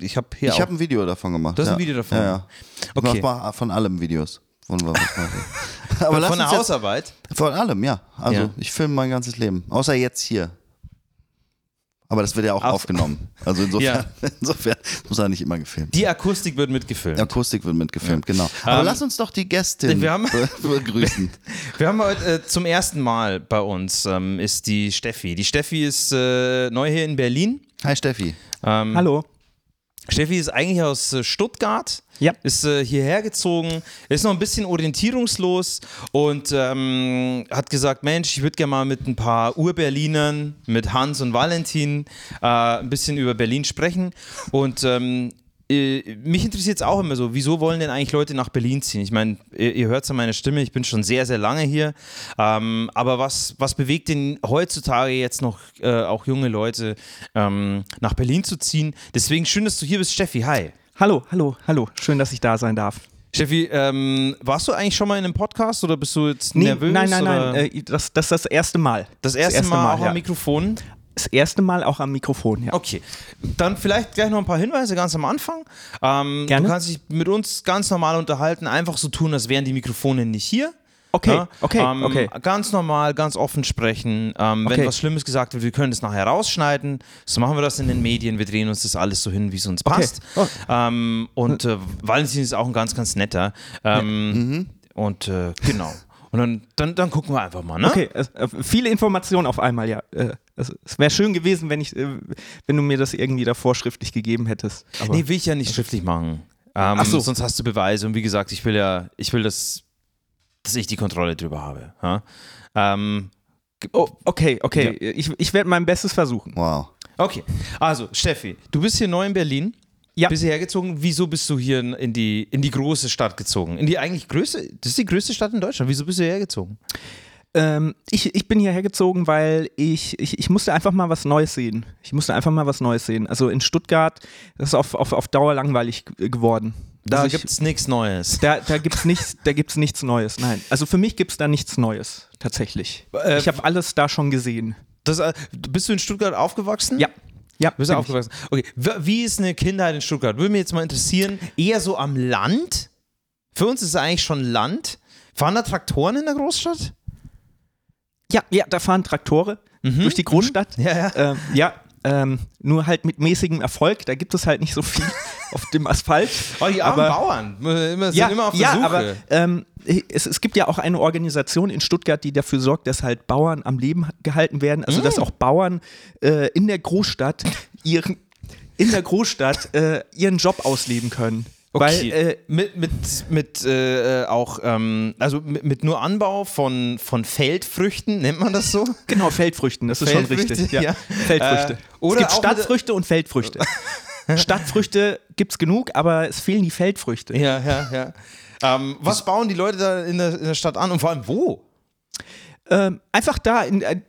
Speaker 1: Ich habe hier
Speaker 2: ich
Speaker 1: auch
Speaker 2: habe ein Video davon gemacht.
Speaker 1: Du hast
Speaker 2: ja.
Speaker 1: ein Video davon?
Speaker 2: Ja, ja.
Speaker 1: Okay.
Speaker 2: Ich mach mal von allem Videos. Von, von,
Speaker 1: *laughs*
Speaker 2: von, Aber lass
Speaker 1: von der
Speaker 2: uns jetzt-
Speaker 1: Hausarbeit.
Speaker 2: Von allem, ja. Also
Speaker 1: Ja.
Speaker 2: ich filme mein ganzes Leben. Außer jetzt hier. Aber das wird ja auch
Speaker 1: Auf-
Speaker 2: aufgenommen. Also insofern, *laughs* insofern muss ja nicht immer gefilmt.
Speaker 1: Die Akustik wird mitgefilmt.
Speaker 2: Akustik wird mitgefilmt, genau. Aber
Speaker 1: Ähm,
Speaker 2: lass uns doch die Gästin
Speaker 1: wir haben-
Speaker 2: *laughs*
Speaker 1: *laughs*
Speaker 2: begrüßen.
Speaker 1: Wir haben heute äh, zum ersten Mal bei uns ähm, ist die Steffi. Die Steffi ist äh, neu hier in Berlin.
Speaker 2: Hi Steffi.
Speaker 1: Ähm,
Speaker 3: Hallo.
Speaker 1: Steffi ist eigentlich aus äh, Stuttgart.
Speaker 3: Ja.
Speaker 1: Ist äh, hierher gezogen, ist noch ein bisschen orientierungslos und ähm, hat gesagt: Mensch, ich würde gerne mal mit ein paar Ur-Berlinern, mit Hans und Valentin, äh, ein bisschen über Berlin sprechen. Und ähm, äh, mich interessiert es auch immer so, wieso wollen denn eigentlich Leute nach Berlin ziehen? Ich meine, ihr, ihr hört es an meiner Stimme, ich bin schon sehr, sehr lange hier. Ähm, aber was, was bewegt denn heutzutage jetzt noch äh, auch junge Leute ähm, nach Berlin zu ziehen? Deswegen schön, dass du hier bist, Steffi. Hi.
Speaker 3: Hallo, hallo, hallo. Schön, dass ich da sein darf.
Speaker 1: Steffi, ähm, warst du eigentlich schon mal in einem Podcast oder bist du jetzt
Speaker 3: Nee,
Speaker 1: nervös?
Speaker 3: nein, nein,
Speaker 1: oder?
Speaker 3: nein. Äh, das, das ist das erste Mal.
Speaker 1: das erste Mal, auch
Speaker 3: ja.
Speaker 1: am Mikrofon?
Speaker 3: Das erste Mal auch am Mikrofon, ja.
Speaker 1: Okay, dann vielleicht gleich noch ein paar Hinweise ganz am Anfang. Ähm,
Speaker 3: Gerne.
Speaker 1: Du kannst dich mit uns ganz normal unterhalten, einfach so tun, als wären die Mikrofone nicht hier.
Speaker 3: Okay,
Speaker 1: Ja?
Speaker 3: okay,
Speaker 1: ähm,
Speaker 3: okay.
Speaker 1: Ganz normal, ganz offen sprechen. Ähm, Wenn
Speaker 3: Okay.
Speaker 1: was Schlimmes gesagt wird, wir können das nachher rausschneiden. So machen wir das in den Medien. Wir drehen uns das alles so hin, wie es uns passt.
Speaker 3: Oh.
Speaker 1: Ähm, und äh, Valentin ist auch ein ganz, ganz netter. Ähm, Und äh, genau. Und dann, dann, dann gucken wir einfach mal, ne?
Speaker 3: Okay, es- äh, viele Informationen auf einmal, ja. Äh, Es, es wäre schön gewesen, wenn, ich, äh, wenn du mir das irgendwie davor schriftlich gegeben hättest. Aber
Speaker 1: Nee, will ich ja nicht schriftlich machen. Ähm,
Speaker 3: Ach so.
Speaker 1: Sonst hast du Beweise. Und wie gesagt, ich will ja, ich will, dass, dass ich die Kontrolle drüber habe. Ja? Ähm,
Speaker 3: oh, okay, okay. Ich, ich werde mein Bestes versuchen.
Speaker 2: Wow.
Speaker 1: okay, also Steffi, du bist hier neu in Berlin.
Speaker 3: Ja.
Speaker 1: Bist hierher gezogen. Wieso bist du hier in- in die, in die große Stadt gezogen? In die eigentlich größte, das ist die größte Stadt in Deutschland. Wieso bist du hierher gezogen?
Speaker 3: Ähm, ich, ich bin hierher gezogen, weil ich, ich, ich musste einfach mal was Neues sehen. Ich musste einfach mal was Neues sehen. Also in Stuttgart, das ist auf, auf, auf Dauer langweilig g- äh, geworden.
Speaker 1: Da
Speaker 3: also ich-
Speaker 1: gibt's nichts Neues.
Speaker 3: Da, da gibt
Speaker 1: *laughs*
Speaker 3: es nichts, da gibt's nichts Neues. Nein. Also für mich gibt es da nichts Neues, tatsächlich.
Speaker 1: Äh,
Speaker 3: ich habe alles da schon gesehen.
Speaker 1: Das, äh, bist du in Stuttgart aufgewachsen?
Speaker 3: Ja. Ja,
Speaker 1: Bist hm? du
Speaker 3: bin ich.
Speaker 1: aufgewachsen? Okay. W- Wie ist eine Kindheit in Stuttgart? Würde mich jetzt mal interessieren. Eher so am Land? Für uns ist es eigentlich schon Land. Fahren da Traktoren in der Großstadt?
Speaker 3: Ja, ja, da fahren Traktore durch die Großstadt.
Speaker 1: Mhm. Ja, ja.
Speaker 3: Ähm, ja ähm, nur halt mit mäßigem Erfolg. Da gibt es halt nicht so viel *laughs* auf dem Asphalt.
Speaker 1: Oh, die armen
Speaker 3: aber,
Speaker 1: Bauern äh, immer, sind
Speaker 3: ja,
Speaker 1: immer auf der
Speaker 3: ja,
Speaker 1: Suche.
Speaker 3: aber ähm, es, es gibt ja auch eine Organisation in Stuttgart, die dafür sorgt, dass halt Bauern am Leben gehalten werden. Also
Speaker 1: Mhm.
Speaker 3: dass auch Bauern äh, in der Großstadt ihren in der Großstadt äh, ihren Job ausleben können. Weil äh,
Speaker 1: mit mit, mit äh, auch, ähm, also mit, mit nur Anbau von, von Feldfrüchten, *laughs* nennt man das so?
Speaker 3: Genau, Feldfrüchten, das ist schon
Speaker 1: Feldfrüchte, *laughs*
Speaker 3: richtig.
Speaker 1: ja.
Speaker 3: Feldfrüchte.
Speaker 1: Äh, oder
Speaker 3: es gibt
Speaker 1: auch mit-
Speaker 3: Stadtfrüchte und
Speaker 1: *laughs*
Speaker 3: Feldfrüchte. Stadtfrüchte gibt es genug, aber es fehlen die Feldfrüchte.
Speaker 1: Ja, ja, ja. Ähm, was bauen die Leute da in der, in der Stadt an und vor allem wo?
Speaker 3: Ähm, einfach da in, äh,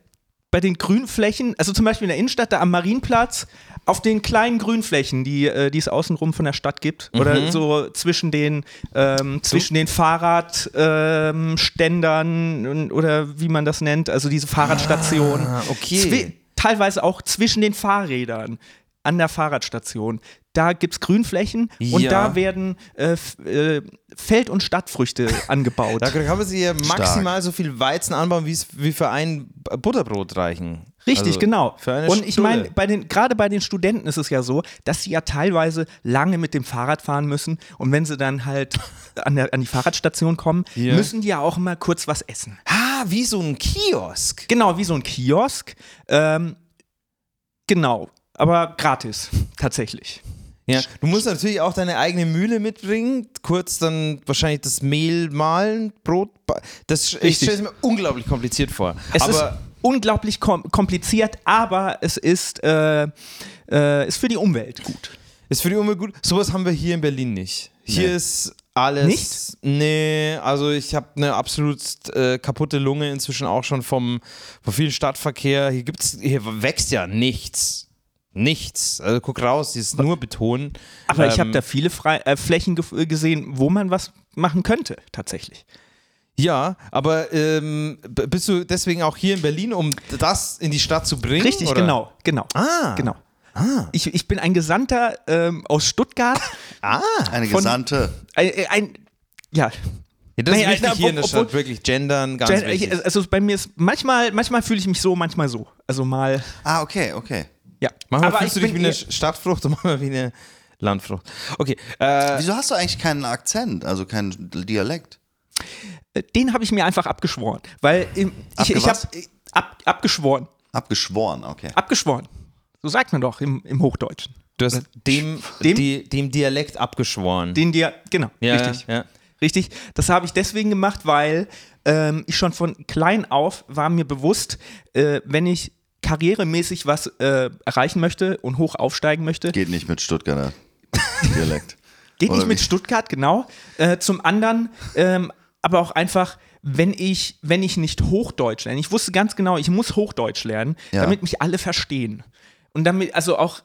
Speaker 3: bei den Grünflächen, also zum Beispiel in der Innenstadt, da am Marienplatz, auf den kleinen Grünflächen, die, äh, die es außenrum von der Stadt gibt.
Speaker 1: Mhm.
Speaker 3: Oder so zwischen den, ähm, zwischen den Fahrradständern ähm, Ständern und- oder wie man das nennt, also diese Fahrradstationen.
Speaker 1: Ah, okay.
Speaker 3: Zwi teilweise auch zwischen den Fahrrädern an der Fahrradstation. Da gibt es Grünflächen und
Speaker 1: Ja.
Speaker 3: da werden äh, F- äh, Feld- und Stadtfrüchte
Speaker 1: *laughs*
Speaker 3: angebaut.
Speaker 1: Da kann man sich hier maximal so viel Weizen anbauen, wie es wie für ein Butterbrot reichen.
Speaker 3: Richtig,
Speaker 1: Also
Speaker 3: genau.
Speaker 1: Für eine
Speaker 3: und ich
Speaker 1: Stulle.
Speaker 3: meine, bei den, gerade bei den Studenten ist es ja so, dass sie ja teilweise lange mit dem Fahrrad fahren müssen und wenn sie dann halt *laughs* an, der, an die Fahrradstation kommen,
Speaker 1: Ja.
Speaker 3: müssen die ja auch mal kurz was essen.
Speaker 1: ah, wie so ein Kiosk.
Speaker 3: Genau, wie so ein Kiosk. Ähm, genau, aber gratis, tatsächlich.
Speaker 1: Ja, du musst natürlich auch deine eigene Mühle mitbringen, kurz dann wahrscheinlich das Mehl mahlen, Brot. ba- Das sch- ich
Speaker 3: Richtig.
Speaker 1: stelle es mir unglaublich kompliziert vor.
Speaker 3: Es ist
Speaker 1: Aber
Speaker 3: unglaublich kom kompliziert, aber es ist, äh, äh, ist für die Umwelt gut.
Speaker 1: ist, für die Umwelt gut. Sowas haben wir hier in Berlin nicht. Hier ist alles.
Speaker 3: Nicht?
Speaker 1: Nee, also ich habe eine absolut äh, kaputte Lunge inzwischen auch schon vom, vom vielen Stadtverkehr. Hier gibt's, hier wächst ja nichts. Nichts. Also guck raus, hier ist nur Beton.
Speaker 3: Aber ich habe
Speaker 1: Ähm,
Speaker 3: da viele Fre äh, Flächen ge gesehen, wo man was machen könnte, tatsächlich.
Speaker 1: Ja, aber ähm, b- bist du deswegen auch hier in Berlin, um das in die Stadt zu bringen?
Speaker 3: Richtig,
Speaker 1: Hm, oder?
Speaker 3: genau, genau.
Speaker 1: Ah,
Speaker 3: Genau. Ich, ich bin ein Gesandter ähm, aus
Speaker 1: *laughs*
Speaker 3: Stuttgart.
Speaker 2: Eine
Speaker 3: Von-
Speaker 2: Gesandte.
Speaker 3: Ein, äh, ein ja.
Speaker 1: Ja, das
Speaker 3: Naja,
Speaker 1: ist wichtig
Speaker 3: na,
Speaker 1: hier in der
Speaker 3: obwohl-
Speaker 1: Stadt, wirklich gendern, ganz
Speaker 3: Gen-
Speaker 1: wichtig.
Speaker 3: ich- Also bei mir ist manchmal, manchmal fühle ich mich so, manchmal so. Also mal,
Speaker 2: Ah, okay, okay.
Speaker 3: ja.
Speaker 1: manchmal
Speaker 3: Aber
Speaker 1: fühlst du
Speaker 3: ich
Speaker 1: dich wie
Speaker 3: bin
Speaker 1: eine
Speaker 3: eher-
Speaker 1: Stadtfrucht und manchmal wie eine Landfrucht. Okay, äh,
Speaker 2: Wieso hast du eigentlich keinen Akzent, also keinen Dialekt?
Speaker 3: äh, den habe ich mir einfach abgeschworen, weil ähm, ich, ich habe
Speaker 2: Abgewas?
Speaker 3: ab, abgeschworen,
Speaker 2: Abgeschworen, okay.
Speaker 3: abgeschworen. So sagt man doch im, im Hochdeutschen.
Speaker 1: du hast dem,
Speaker 3: Äh, Dem-
Speaker 1: die, dem Dialekt abgeschworen.
Speaker 3: Den dir, genau,
Speaker 1: ja,
Speaker 3: richtig.
Speaker 1: Ja.
Speaker 3: Richtig. Das habe ich deswegen gemacht, weil ähm, ich schon von klein auf war mir bewusst, äh, wenn ich karrieremäßig was äh, erreichen möchte und hoch aufsteigen möchte,
Speaker 2: Geht nicht mit Stuttgarter.
Speaker 3: *laughs*
Speaker 2: Dialekt.
Speaker 3: Geht
Speaker 2: Oder
Speaker 3: nicht mit
Speaker 2: wie?
Speaker 3: Stuttgart, genau. Äh, zum anderen, ähm, aber auch einfach, wenn ich, wenn ich nicht Hochdeutsch lerne. Ich wusste ganz genau, ich muss Hochdeutsch lernen,
Speaker 2: Ja.
Speaker 3: damit mich alle verstehen. Und damit, also auch,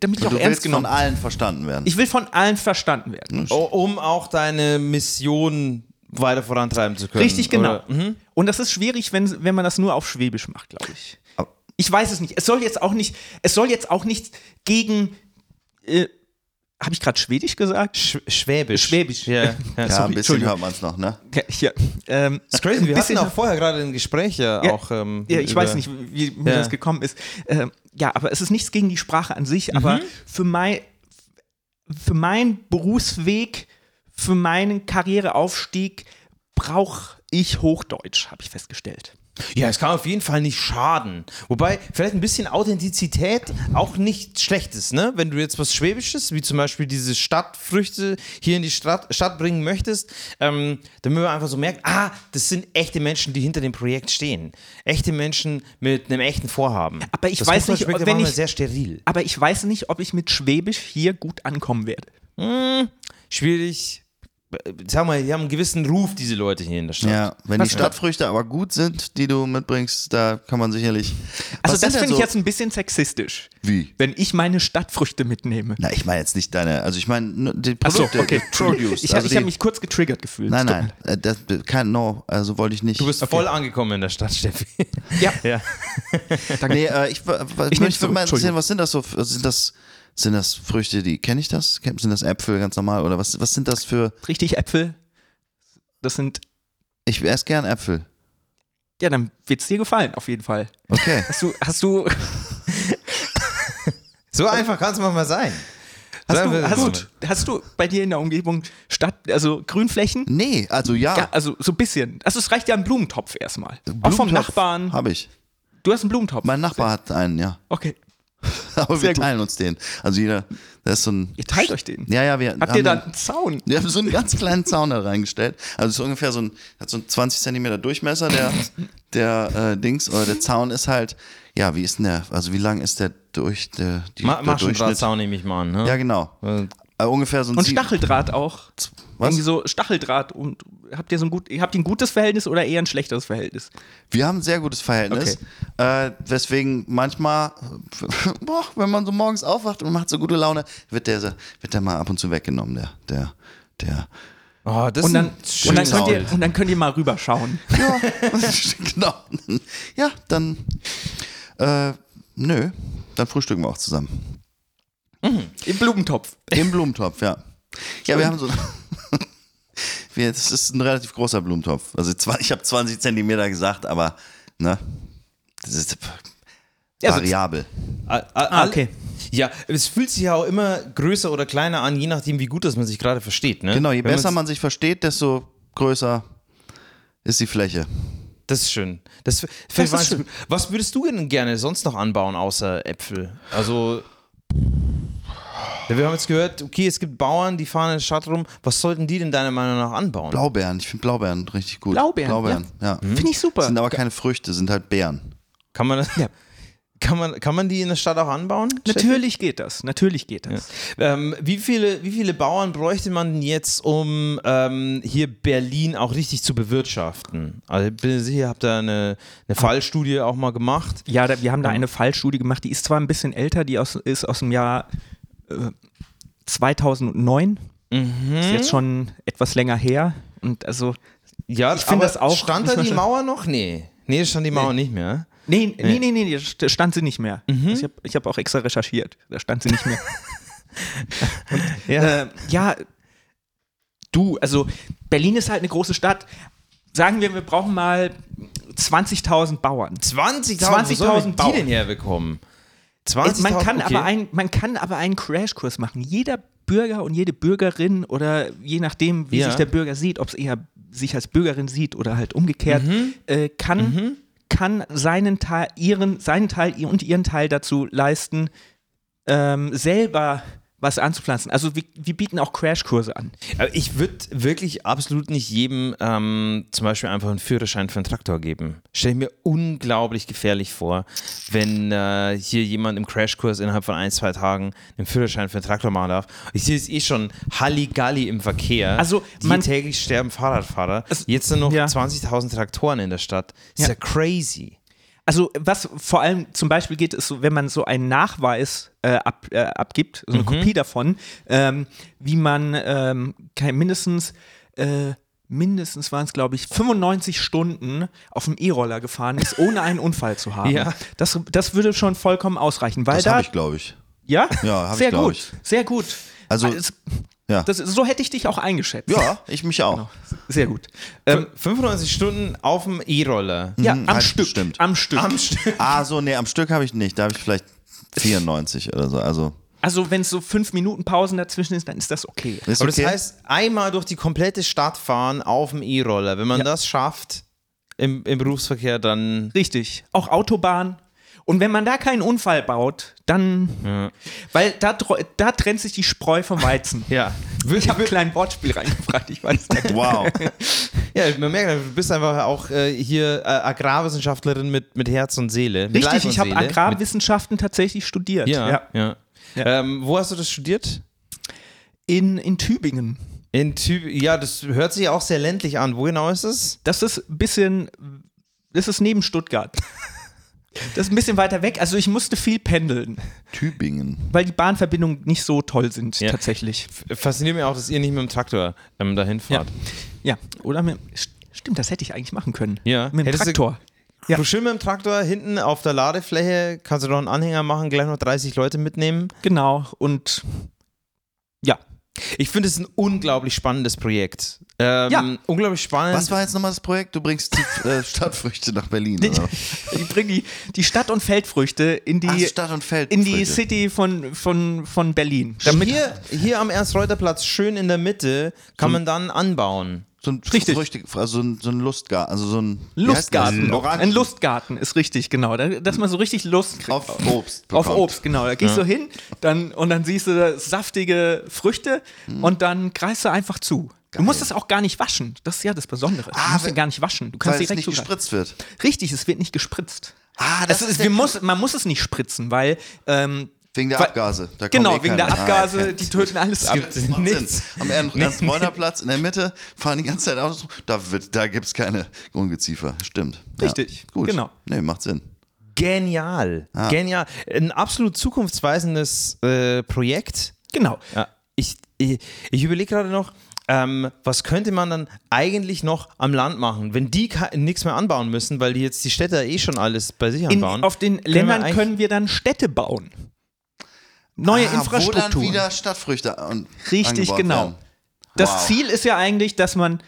Speaker 3: damit ich
Speaker 2: Also Du
Speaker 3: auch ernst
Speaker 2: willst von
Speaker 3: genommen
Speaker 2: allen Hm, verstanden werden.
Speaker 3: Ich will von allen verstanden werden.
Speaker 1: O- um auch deine Mission weiter vorantreiben zu können.
Speaker 3: Richtig, genau.
Speaker 1: Oder?
Speaker 2: Mhm.
Speaker 3: Und das ist schwierig, wenn, wenn man das nur auf Schwäbisch macht, glaube ich. Ich weiß es nicht. Es soll jetzt auch nicht, es soll jetzt auch nicht gegen, äh, habe ich gerade Schwedisch gesagt? *laughs* Sch
Speaker 1: Sch- Schwäbisch.
Speaker 3: Schwäbisch. *laughs*
Speaker 1: Ja, ja.
Speaker 2: ja, ein bisschen
Speaker 3: Entschuldigung.
Speaker 2: hört man es noch, ne?
Speaker 3: ja, ähm,
Speaker 1: Das ist crazy. Wir
Speaker 3: ein
Speaker 1: hatten
Speaker 3: bisschen-
Speaker 1: auch vorher gerade ein Gespräch ja,
Speaker 3: Ja,
Speaker 1: auch. Ähm,
Speaker 3: Ja, ich
Speaker 1: über-
Speaker 3: weiß nicht, wie mir
Speaker 1: Ja.
Speaker 3: das gekommen ist. Ähm, ja, aber es ist nichts gegen die Sprache an sich,
Speaker 1: Mhm.
Speaker 3: aber für, mein, für meinen Berufsweg, für meinen Karriereaufstieg brauche ich Hochdeutsch, habe ich festgestellt.
Speaker 1: Ja, es kann auf jeden Fall nicht schaden. Wobei vielleicht ein bisschen Authentizität auch nichts Schlechtes, ne? Wenn du jetzt was Schwäbisches, wie zum Beispiel diese Stadtfrüchte hier in die Stadt, Stadt bringen möchtest, ähm, damit man einfach so merkt, ah, das sind echte Menschen, die hinter dem Projekt stehen. Echte Menschen mit einem echten Vorhaben.
Speaker 3: Aber ich
Speaker 1: das
Speaker 3: weiß
Speaker 1: Hochdeutsch
Speaker 3: nicht,
Speaker 1: wirkt ja
Speaker 3: ob- wenn
Speaker 1: manchmal
Speaker 3: ich-
Speaker 1: sehr steril.
Speaker 3: Aber ich weiß nicht, ob ich mit Schwäbisch hier gut ankommen werde.
Speaker 1: Schwierig. äh, Sag mal, die haben einen gewissen Ruf, diese Leute hier in der Stadt.
Speaker 2: Ja, wenn die Stadtfrüchte aber gut sind, die du mitbringst, da kann man sicherlich.
Speaker 3: Also
Speaker 2: Was
Speaker 3: das
Speaker 2: sind denn
Speaker 3: finde ich
Speaker 2: so-
Speaker 3: jetzt ein bisschen sexistisch.
Speaker 2: Wie?
Speaker 3: Wenn ich meine Stadtfrüchte mitnehme.
Speaker 2: Na, ich meine jetzt nicht deine, also ich meine nur die
Speaker 3: Ach so,
Speaker 2: Produkte, *laughs*
Speaker 3: okay.
Speaker 2: die Produce.
Speaker 3: Ich habe
Speaker 2: also
Speaker 3: ich hab
Speaker 2: die-
Speaker 3: mich kurz getriggert gefühlt.
Speaker 2: nein, nein, äh, das, kein No, also wollte ich nicht.
Speaker 1: Du bist voll angekommen in der Stadt, Steffi. *laughs*
Speaker 3: Ja.
Speaker 1: ja.
Speaker 2: Nee, äh, ich, w- w- ich möchte
Speaker 3: nehm's zurück,
Speaker 2: mal interessieren,
Speaker 3: Entschuldigung.
Speaker 2: was sind das so, für- sind das, sind das Früchte, die, kenne ich das? Kenn- Sind das Äpfel ganz normal oder was, was sind das für,
Speaker 3: Richtig, Äpfel. Das sind,
Speaker 2: ich esse gern Äpfel.
Speaker 3: ja, dann wird es dir gefallen, auf jeden Fall. *laughs*
Speaker 2: Okay.
Speaker 3: Hast du, hast du,
Speaker 1: So einfach kann es manchmal sein.
Speaker 3: hast
Speaker 1: Sagen wir
Speaker 3: du,
Speaker 1: das mal.
Speaker 3: hast, du, hast du bei dir in der Umgebung Stadt, also Grünflächen?
Speaker 2: Nee, also ja.
Speaker 3: Ja, also so ein bisschen. Also es reicht ja ein Blumentopf erstmal. Auch vom Nachbarn.
Speaker 2: Habe ich.
Speaker 3: Du hast einen Blumentopf.
Speaker 2: Mein Nachbar hat einen, ja. *laughs*
Speaker 3: Okay.
Speaker 2: Aber
Speaker 3: Sehr
Speaker 2: wir
Speaker 3: gut.
Speaker 2: teilen uns den. Also jeder, das ist so ein.
Speaker 3: Ihr teilt euch den.
Speaker 2: Ja, ja, wir
Speaker 3: Habt ihr da
Speaker 2: dann
Speaker 3: einen Zaun?
Speaker 2: *laughs* Wir haben so einen ganz kleinen Zaun da reingestellt. Also so ungefähr so ein, hat so einen 20 Zentimeter Durchmesser, der, der äh, Dings, oder der Zaun ist halt, ja, wie ist denn der, also wie lang ist der durch, der, die,
Speaker 1: Ma
Speaker 2: der
Speaker 1: Maschendrahtzaun nehme ich mal an. Ne?
Speaker 2: Ja, genau.
Speaker 1: Äh,
Speaker 2: Äh, ungefähr so ein
Speaker 3: Und
Speaker 2: Sieb-
Speaker 3: Stacheldraht auch.
Speaker 2: Was?
Speaker 3: Irgendwie so Stacheldraht. Und habt ihr so ein gut, habt ihr ein gutes Verhältnis oder eher ein schlechteres Verhältnis?
Speaker 2: Wir haben ein sehr gutes Verhältnis. Äh, weswegen manchmal, *laughs* boah, wenn man so morgens aufwacht und macht so gute Laune, wird der, so- wird der mal ab und zu weggenommen, der, der, der.
Speaker 1: Oh, das
Speaker 3: Und dann,
Speaker 1: ist
Speaker 3: und
Speaker 1: ein
Speaker 3: dann,
Speaker 1: schönes
Speaker 3: könnt
Speaker 1: Bild.
Speaker 3: ihr, und dann könnt ihr mal rüberschauen. *laughs*
Speaker 2: Ja, genau. Ja, dann, äh, nö, dann frühstücken wir auch zusammen.
Speaker 3: Im Blumentopf.
Speaker 2: Im Blumentopf, ja. Ja, wir haben so. *laughs* wir, das ist ein relativ großer Blumentopf. Also zwa- ich habe 20 Zentimeter gesagt, aber ne, das ist
Speaker 3: Ja, so-
Speaker 2: variabel.
Speaker 1: Ah, ah,
Speaker 3: Ah,
Speaker 1: ah,
Speaker 3: okay.
Speaker 1: Ja, es fühlt sich ja auch immer größer oder kleiner an, je nachdem, wie gut das man sich gerade versteht. Ne?
Speaker 2: Genau, je
Speaker 1: Wenn
Speaker 2: besser
Speaker 1: man's-
Speaker 2: man sich versteht, desto größer ist die Fläche.
Speaker 1: Das ist schön. Das,
Speaker 3: ist
Speaker 1: das ist
Speaker 3: schön.
Speaker 1: schön. Was würdest du denn gerne sonst noch anbauen, außer Äpfel? Also. Ja, wir haben jetzt gehört, okay, es gibt Bauern, die fahren in der Stadt rum. Was sollten die denn deiner Meinung nach anbauen?
Speaker 2: Blaubeeren, ich finde Blaubeeren richtig gut.
Speaker 3: Blaubeeren,
Speaker 2: ja.
Speaker 1: Hm.
Speaker 3: Finde ich super.
Speaker 2: Sind aber keine Früchte, sind halt Beeren.
Speaker 1: Kann man, das,
Speaker 3: Ja.
Speaker 1: *laughs* kann, man, kann man die in der Stadt auch anbauen?
Speaker 2: Ne,
Speaker 3: Natürlich geht das, natürlich geht das.
Speaker 1: Ähm, wie, viele, wie viele Bauern bräuchte man denn jetzt, um ähm, hier Berlin auch richtig zu bewirtschaften? Also ich bin sicher, ihr habt da eine, eine Fallstudie auch mal gemacht.
Speaker 3: Ja, da, wir haben da eine Fallstudie gemacht, die ist zwar ein bisschen älter, die aus, ist aus dem Jahr äh, 2009.
Speaker 1: Mhm.
Speaker 3: Ist jetzt schon etwas länger her. Und also,
Speaker 1: Ja,
Speaker 3: Ich finde
Speaker 1: aber
Speaker 3: das auch-
Speaker 1: Stand
Speaker 3: muss
Speaker 1: da *laughs*
Speaker 3: man *laughs*
Speaker 1: die
Speaker 3: schon-
Speaker 1: Mauer noch? Nee. Nee, stand die Mauer nicht mehr.
Speaker 3: nee, nee, nee, nee, da stand sie nicht mehr. Also ich habe ich hab auch extra recherchiert, da stand sie nicht *laughs* mehr.
Speaker 1: Ja.
Speaker 3: äh, ja, du, also Berlin ist halt eine große Stadt. Sagen wir, wir brauchen mal 20.000 Bauern.
Speaker 1: 20.000
Speaker 3: 20.000
Speaker 1: wo soll man
Speaker 3: Bauern.
Speaker 1: die denn herbekommen? 20.000
Speaker 3: man, kann
Speaker 1: okay.
Speaker 3: aber ein, man kann aber einen Crashkurs machen. Jeder Bürger und jede Bürgerin oder je nachdem, wie
Speaker 1: Ja.
Speaker 3: sich der Bürger sieht, ob es eher sich als Bürgerin sieht oder halt umgekehrt,
Speaker 1: Mhm.
Speaker 3: äh, kann, kann seinen Teil, ihren, seinen Teil und ihren Teil dazu leisten, ähm, selber was anzupflanzen. Also wir, wir bieten auch Crashkurse an.
Speaker 1: Aber Also ich würde wirklich absolut nicht jedem ähm, zum Beispiel einfach einen Führerschein für einen Traktor geben. Stelle ich mir unglaublich gefährlich vor, wenn äh, hier jemand im Crashkurs innerhalb von ein, zwei Tagen einen Führerschein für einen Traktor machen darf. Ich sehe es eh schon Halligalli im Verkehr.
Speaker 3: Also,
Speaker 1: Die
Speaker 3: man-
Speaker 1: täglich sterben Fahrradfahrer.
Speaker 3: Es-
Speaker 1: Jetzt sind noch
Speaker 3: Ja.
Speaker 1: 20.000 Traktoren in der Stadt. Ist ja,
Speaker 3: Ja.
Speaker 1: crazy.
Speaker 3: Also was vor allem zum Beispiel geht, ist so, wenn man so einen Nachweis äh, ab, äh, abgibt,
Speaker 2: Mhm.
Speaker 3: so eine Kopie davon, ähm, wie man ähm, kein, mindestens, äh, mindestens waren es glaube ich 95 Stunden auf dem E-Roller gefahren ist, ohne einen Unfall zu
Speaker 2: *laughs*
Speaker 3: haben.
Speaker 1: Ja.
Speaker 3: Das, das würde schon vollkommen ausreichen, weil
Speaker 2: Das
Speaker 3: da
Speaker 2: habe ich, glaube ich.
Speaker 3: ja,
Speaker 2: Ja, hab ich,
Speaker 3: sehr
Speaker 2: glaub
Speaker 3: gut,
Speaker 2: ich.
Speaker 3: sehr gut.
Speaker 2: Also-
Speaker 3: Alles-
Speaker 2: Ja.
Speaker 3: das, Genau. so hätte ich dich auch eingeschätzt.
Speaker 2: ja, ich mich auch.
Speaker 3: *laughs* Sehr gut. Ähm,
Speaker 1: 95 Stunden auf dem E-Roller.
Speaker 3: ja, am
Speaker 2: halt
Speaker 3: Stück,
Speaker 2: bestimmt.
Speaker 3: am Stück.
Speaker 2: Ah, so, nee, am Stück habe ich nicht. Da habe ich vielleicht 94 oder so. Also,
Speaker 3: Also wenn es so fünf Minuten Pausen dazwischen ist, dann ist das okay.
Speaker 2: ist
Speaker 1: Aber
Speaker 2: okay.
Speaker 1: das heißt, einmal durch die komplette Stadt fahren auf dem E-Roller. Wenn man das schafft im, im Berufsverkehr, dann.
Speaker 3: Richtig. Auch Autobahn. Und wenn man da keinen Unfall baut, dann. Weil da, tro- da trennt sich die Spreu vom Weizen.
Speaker 1: Ja.
Speaker 3: Ich habe ein kleines Wortspiel reingefragt, ich weiß
Speaker 1: *laughs*
Speaker 3: nicht.
Speaker 2: wow.
Speaker 1: Ja, man merkt, du bist einfach auch äh, hier äh, Agrarwissenschaftlerin mit, mit Herz und Seele. Mit Leib
Speaker 3: Richtig,
Speaker 1: und
Speaker 3: ich habe
Speaker 1: Seele. Mit-
Speaker 3: Agrarwissenschaften tatsächlich studiert.
Speaker 1: Ja, ja.
Speaker 3: Ja.
Speaker 1: Ähm, wo hast du das studiert?
Speaker 3: In, in Tübingen.
Speaker 1: In Tübingen. Ja, das hört sich auch sehr ländlich an. Wo genau ist es?
Speaker 3: Das ist ein bisschen. Das ist
Speaker 1: *laughs*
Speaker 3: neben Stuttgart. Das ist ein bisschen weiter weg. Also ich musste viel pendeln,
Speaker 2: Tübingen.
Speaker 3: weil die Bahnverbindungen nicht so toll sind
Speaker 1: Ja.
Speaker 3: tatsächlich.
Speaker 1: Fasziniert mich auch, dass ihr nicht mit dem Traktor ähm, dahin
Speaker 3: Ja.
Speaker 1: fahrt.
Speaker 3: ja. Oder mit, stimmt, das hätte ich eigentlich machen können.
Speaker 1: Ja.
Speaker 3: Mit dem
Speaker 1: Hättest du-
Speaker 3: Traktor. Ja.
Speaker 1: Du schön mit dem Traktor hinten auf der Ladefläche, kannst du noch einen Anhänger machen, gleich noch 30 Leute mitnehmen.
Speaker 3: Genau. Und ja.
Speaker 1: Ich finde es ein unglaublich spannendes Projekt. Ähm,
Speaker 3: Ja.
Speaker 1: Unglaublich spannend.
Speaker 2: Was war jetzt nochmal das Projekt? Du bringst die äh, Stadtfrüchte nach Berlin,
Speaker 3: Äh.
Speaker 2: oder?
Speaker 3: *laughs* Ich bringe die, die Stadt- und Feldfrüchte in die,
Speaker 2: Ach, Stadt und Feld.
Speaker 3: in die
Speaker 2: Früchte.
Speaker 3: City von, von, von Berlin.
Speaker 1: hier, *laughs* hier am Ernst-Reuter-Platz, schön in der Mitte, kann man dann anbauen.
Speaker 2: So ein
Speaker 3: Richtig.
Speaker 2: Früchte, also so ein, so ein Lustgarten, also so ein wie heißt das?
Speaker 3: Lustgarten.
Speaker 2: Ein Orangen-
Speaker 3: Ein Lustgarten ist richtig, genau. Da- Dass man so richtig Lust kriegt.
Speaker 2: auf Obst.
Speaker 3: Auf
Speaker 2: Bekommt.
Speaker 3: Obst, genau. Da gehst du hin dann, und dann siehst du da saftige Früchte
Speaker 2: Hm.
Speaker 3: und dann greifst du einfach zu. Du musst das auch gar nicht waschen. Das ist ja das Besondere. Du
Speaker 2: Ah,
Speaker 3: musst
Speaker 2: weil-
Speaker 3: den gar nicht waschen. Du kannst
Speaker 2: Weil es
Speaker 3: direkt
Speaker 2: nicht
Speaker 3: zugreifen.
Speaker 2: gespritzt wird.
Speaker 3: Richtig, es wird nicht gespritzt.
Speaker 2: Ah,
Speaker 3: Das ist, wir muss, man muss es nicht spritzen, weil. Ähm,
Speaker 2: wegen der
Speaker 3: weil-
Speaker 2: Abgase. Da kommt eh
Speaker 3: Genau, wegen der
Speaker 2: keiner. Ah,
Speaker 3: Abgase,
Speaker 2: okay.
Speaker 3: die *laughs* töten alles ab.
Speaker 2: Das macht
Speaker 3: Nichts.
Speaker 2: Sinn.
Speaker 3: *laughs*
Speaker 2: Am Ern- Ernst-Bräuner-Platz in der Mitte fahren die ganze Zeit Autos. rum. Da, wird- da gibt es keine Ungeziefer. Stimmt. Ja.
Speaker 3: Richtig,
Speaker 2: Gut.
Speaker 3: genau.
Speaker 2: Nee, macht Sinn.
Speaker 1: Genial.
Speaker 3: Ah.
Speaker 1: Genial. Ein absolut zukunftsweisendes äh, Projekt.
Speaker 3: Genau.
Speaker 1: Ja, ich ich, ich überlege gerade noch, ähm, was könnte man dann eigentlich noch am Land machen, wenn die nichts mehr anbauen müssen, weil die jetzt die Städter eh schon alles bei sich
Speaker 3: In,
Speaker 1: anbauen.
Speaker 3: auf den
Speaker 1: wir
Speaker 3: Ländern
Speaker 1: eigentlich-
Speaker 3: können wir dann Städte bauen. Neue
Speaker 2: Ah,
Speaker 3: Infrastruktur.
Speaker 2: Wo dann wieder Stadtfrüchte an,
Speaker 3: Richtig,
Speaker 2: angebaut
Speaker 3: genau.
Speaker 2: werden.
Speaker 3: Das
Speaker 2: Wow.
Speaker 3: Ziel ist ja eigentlich, dass man.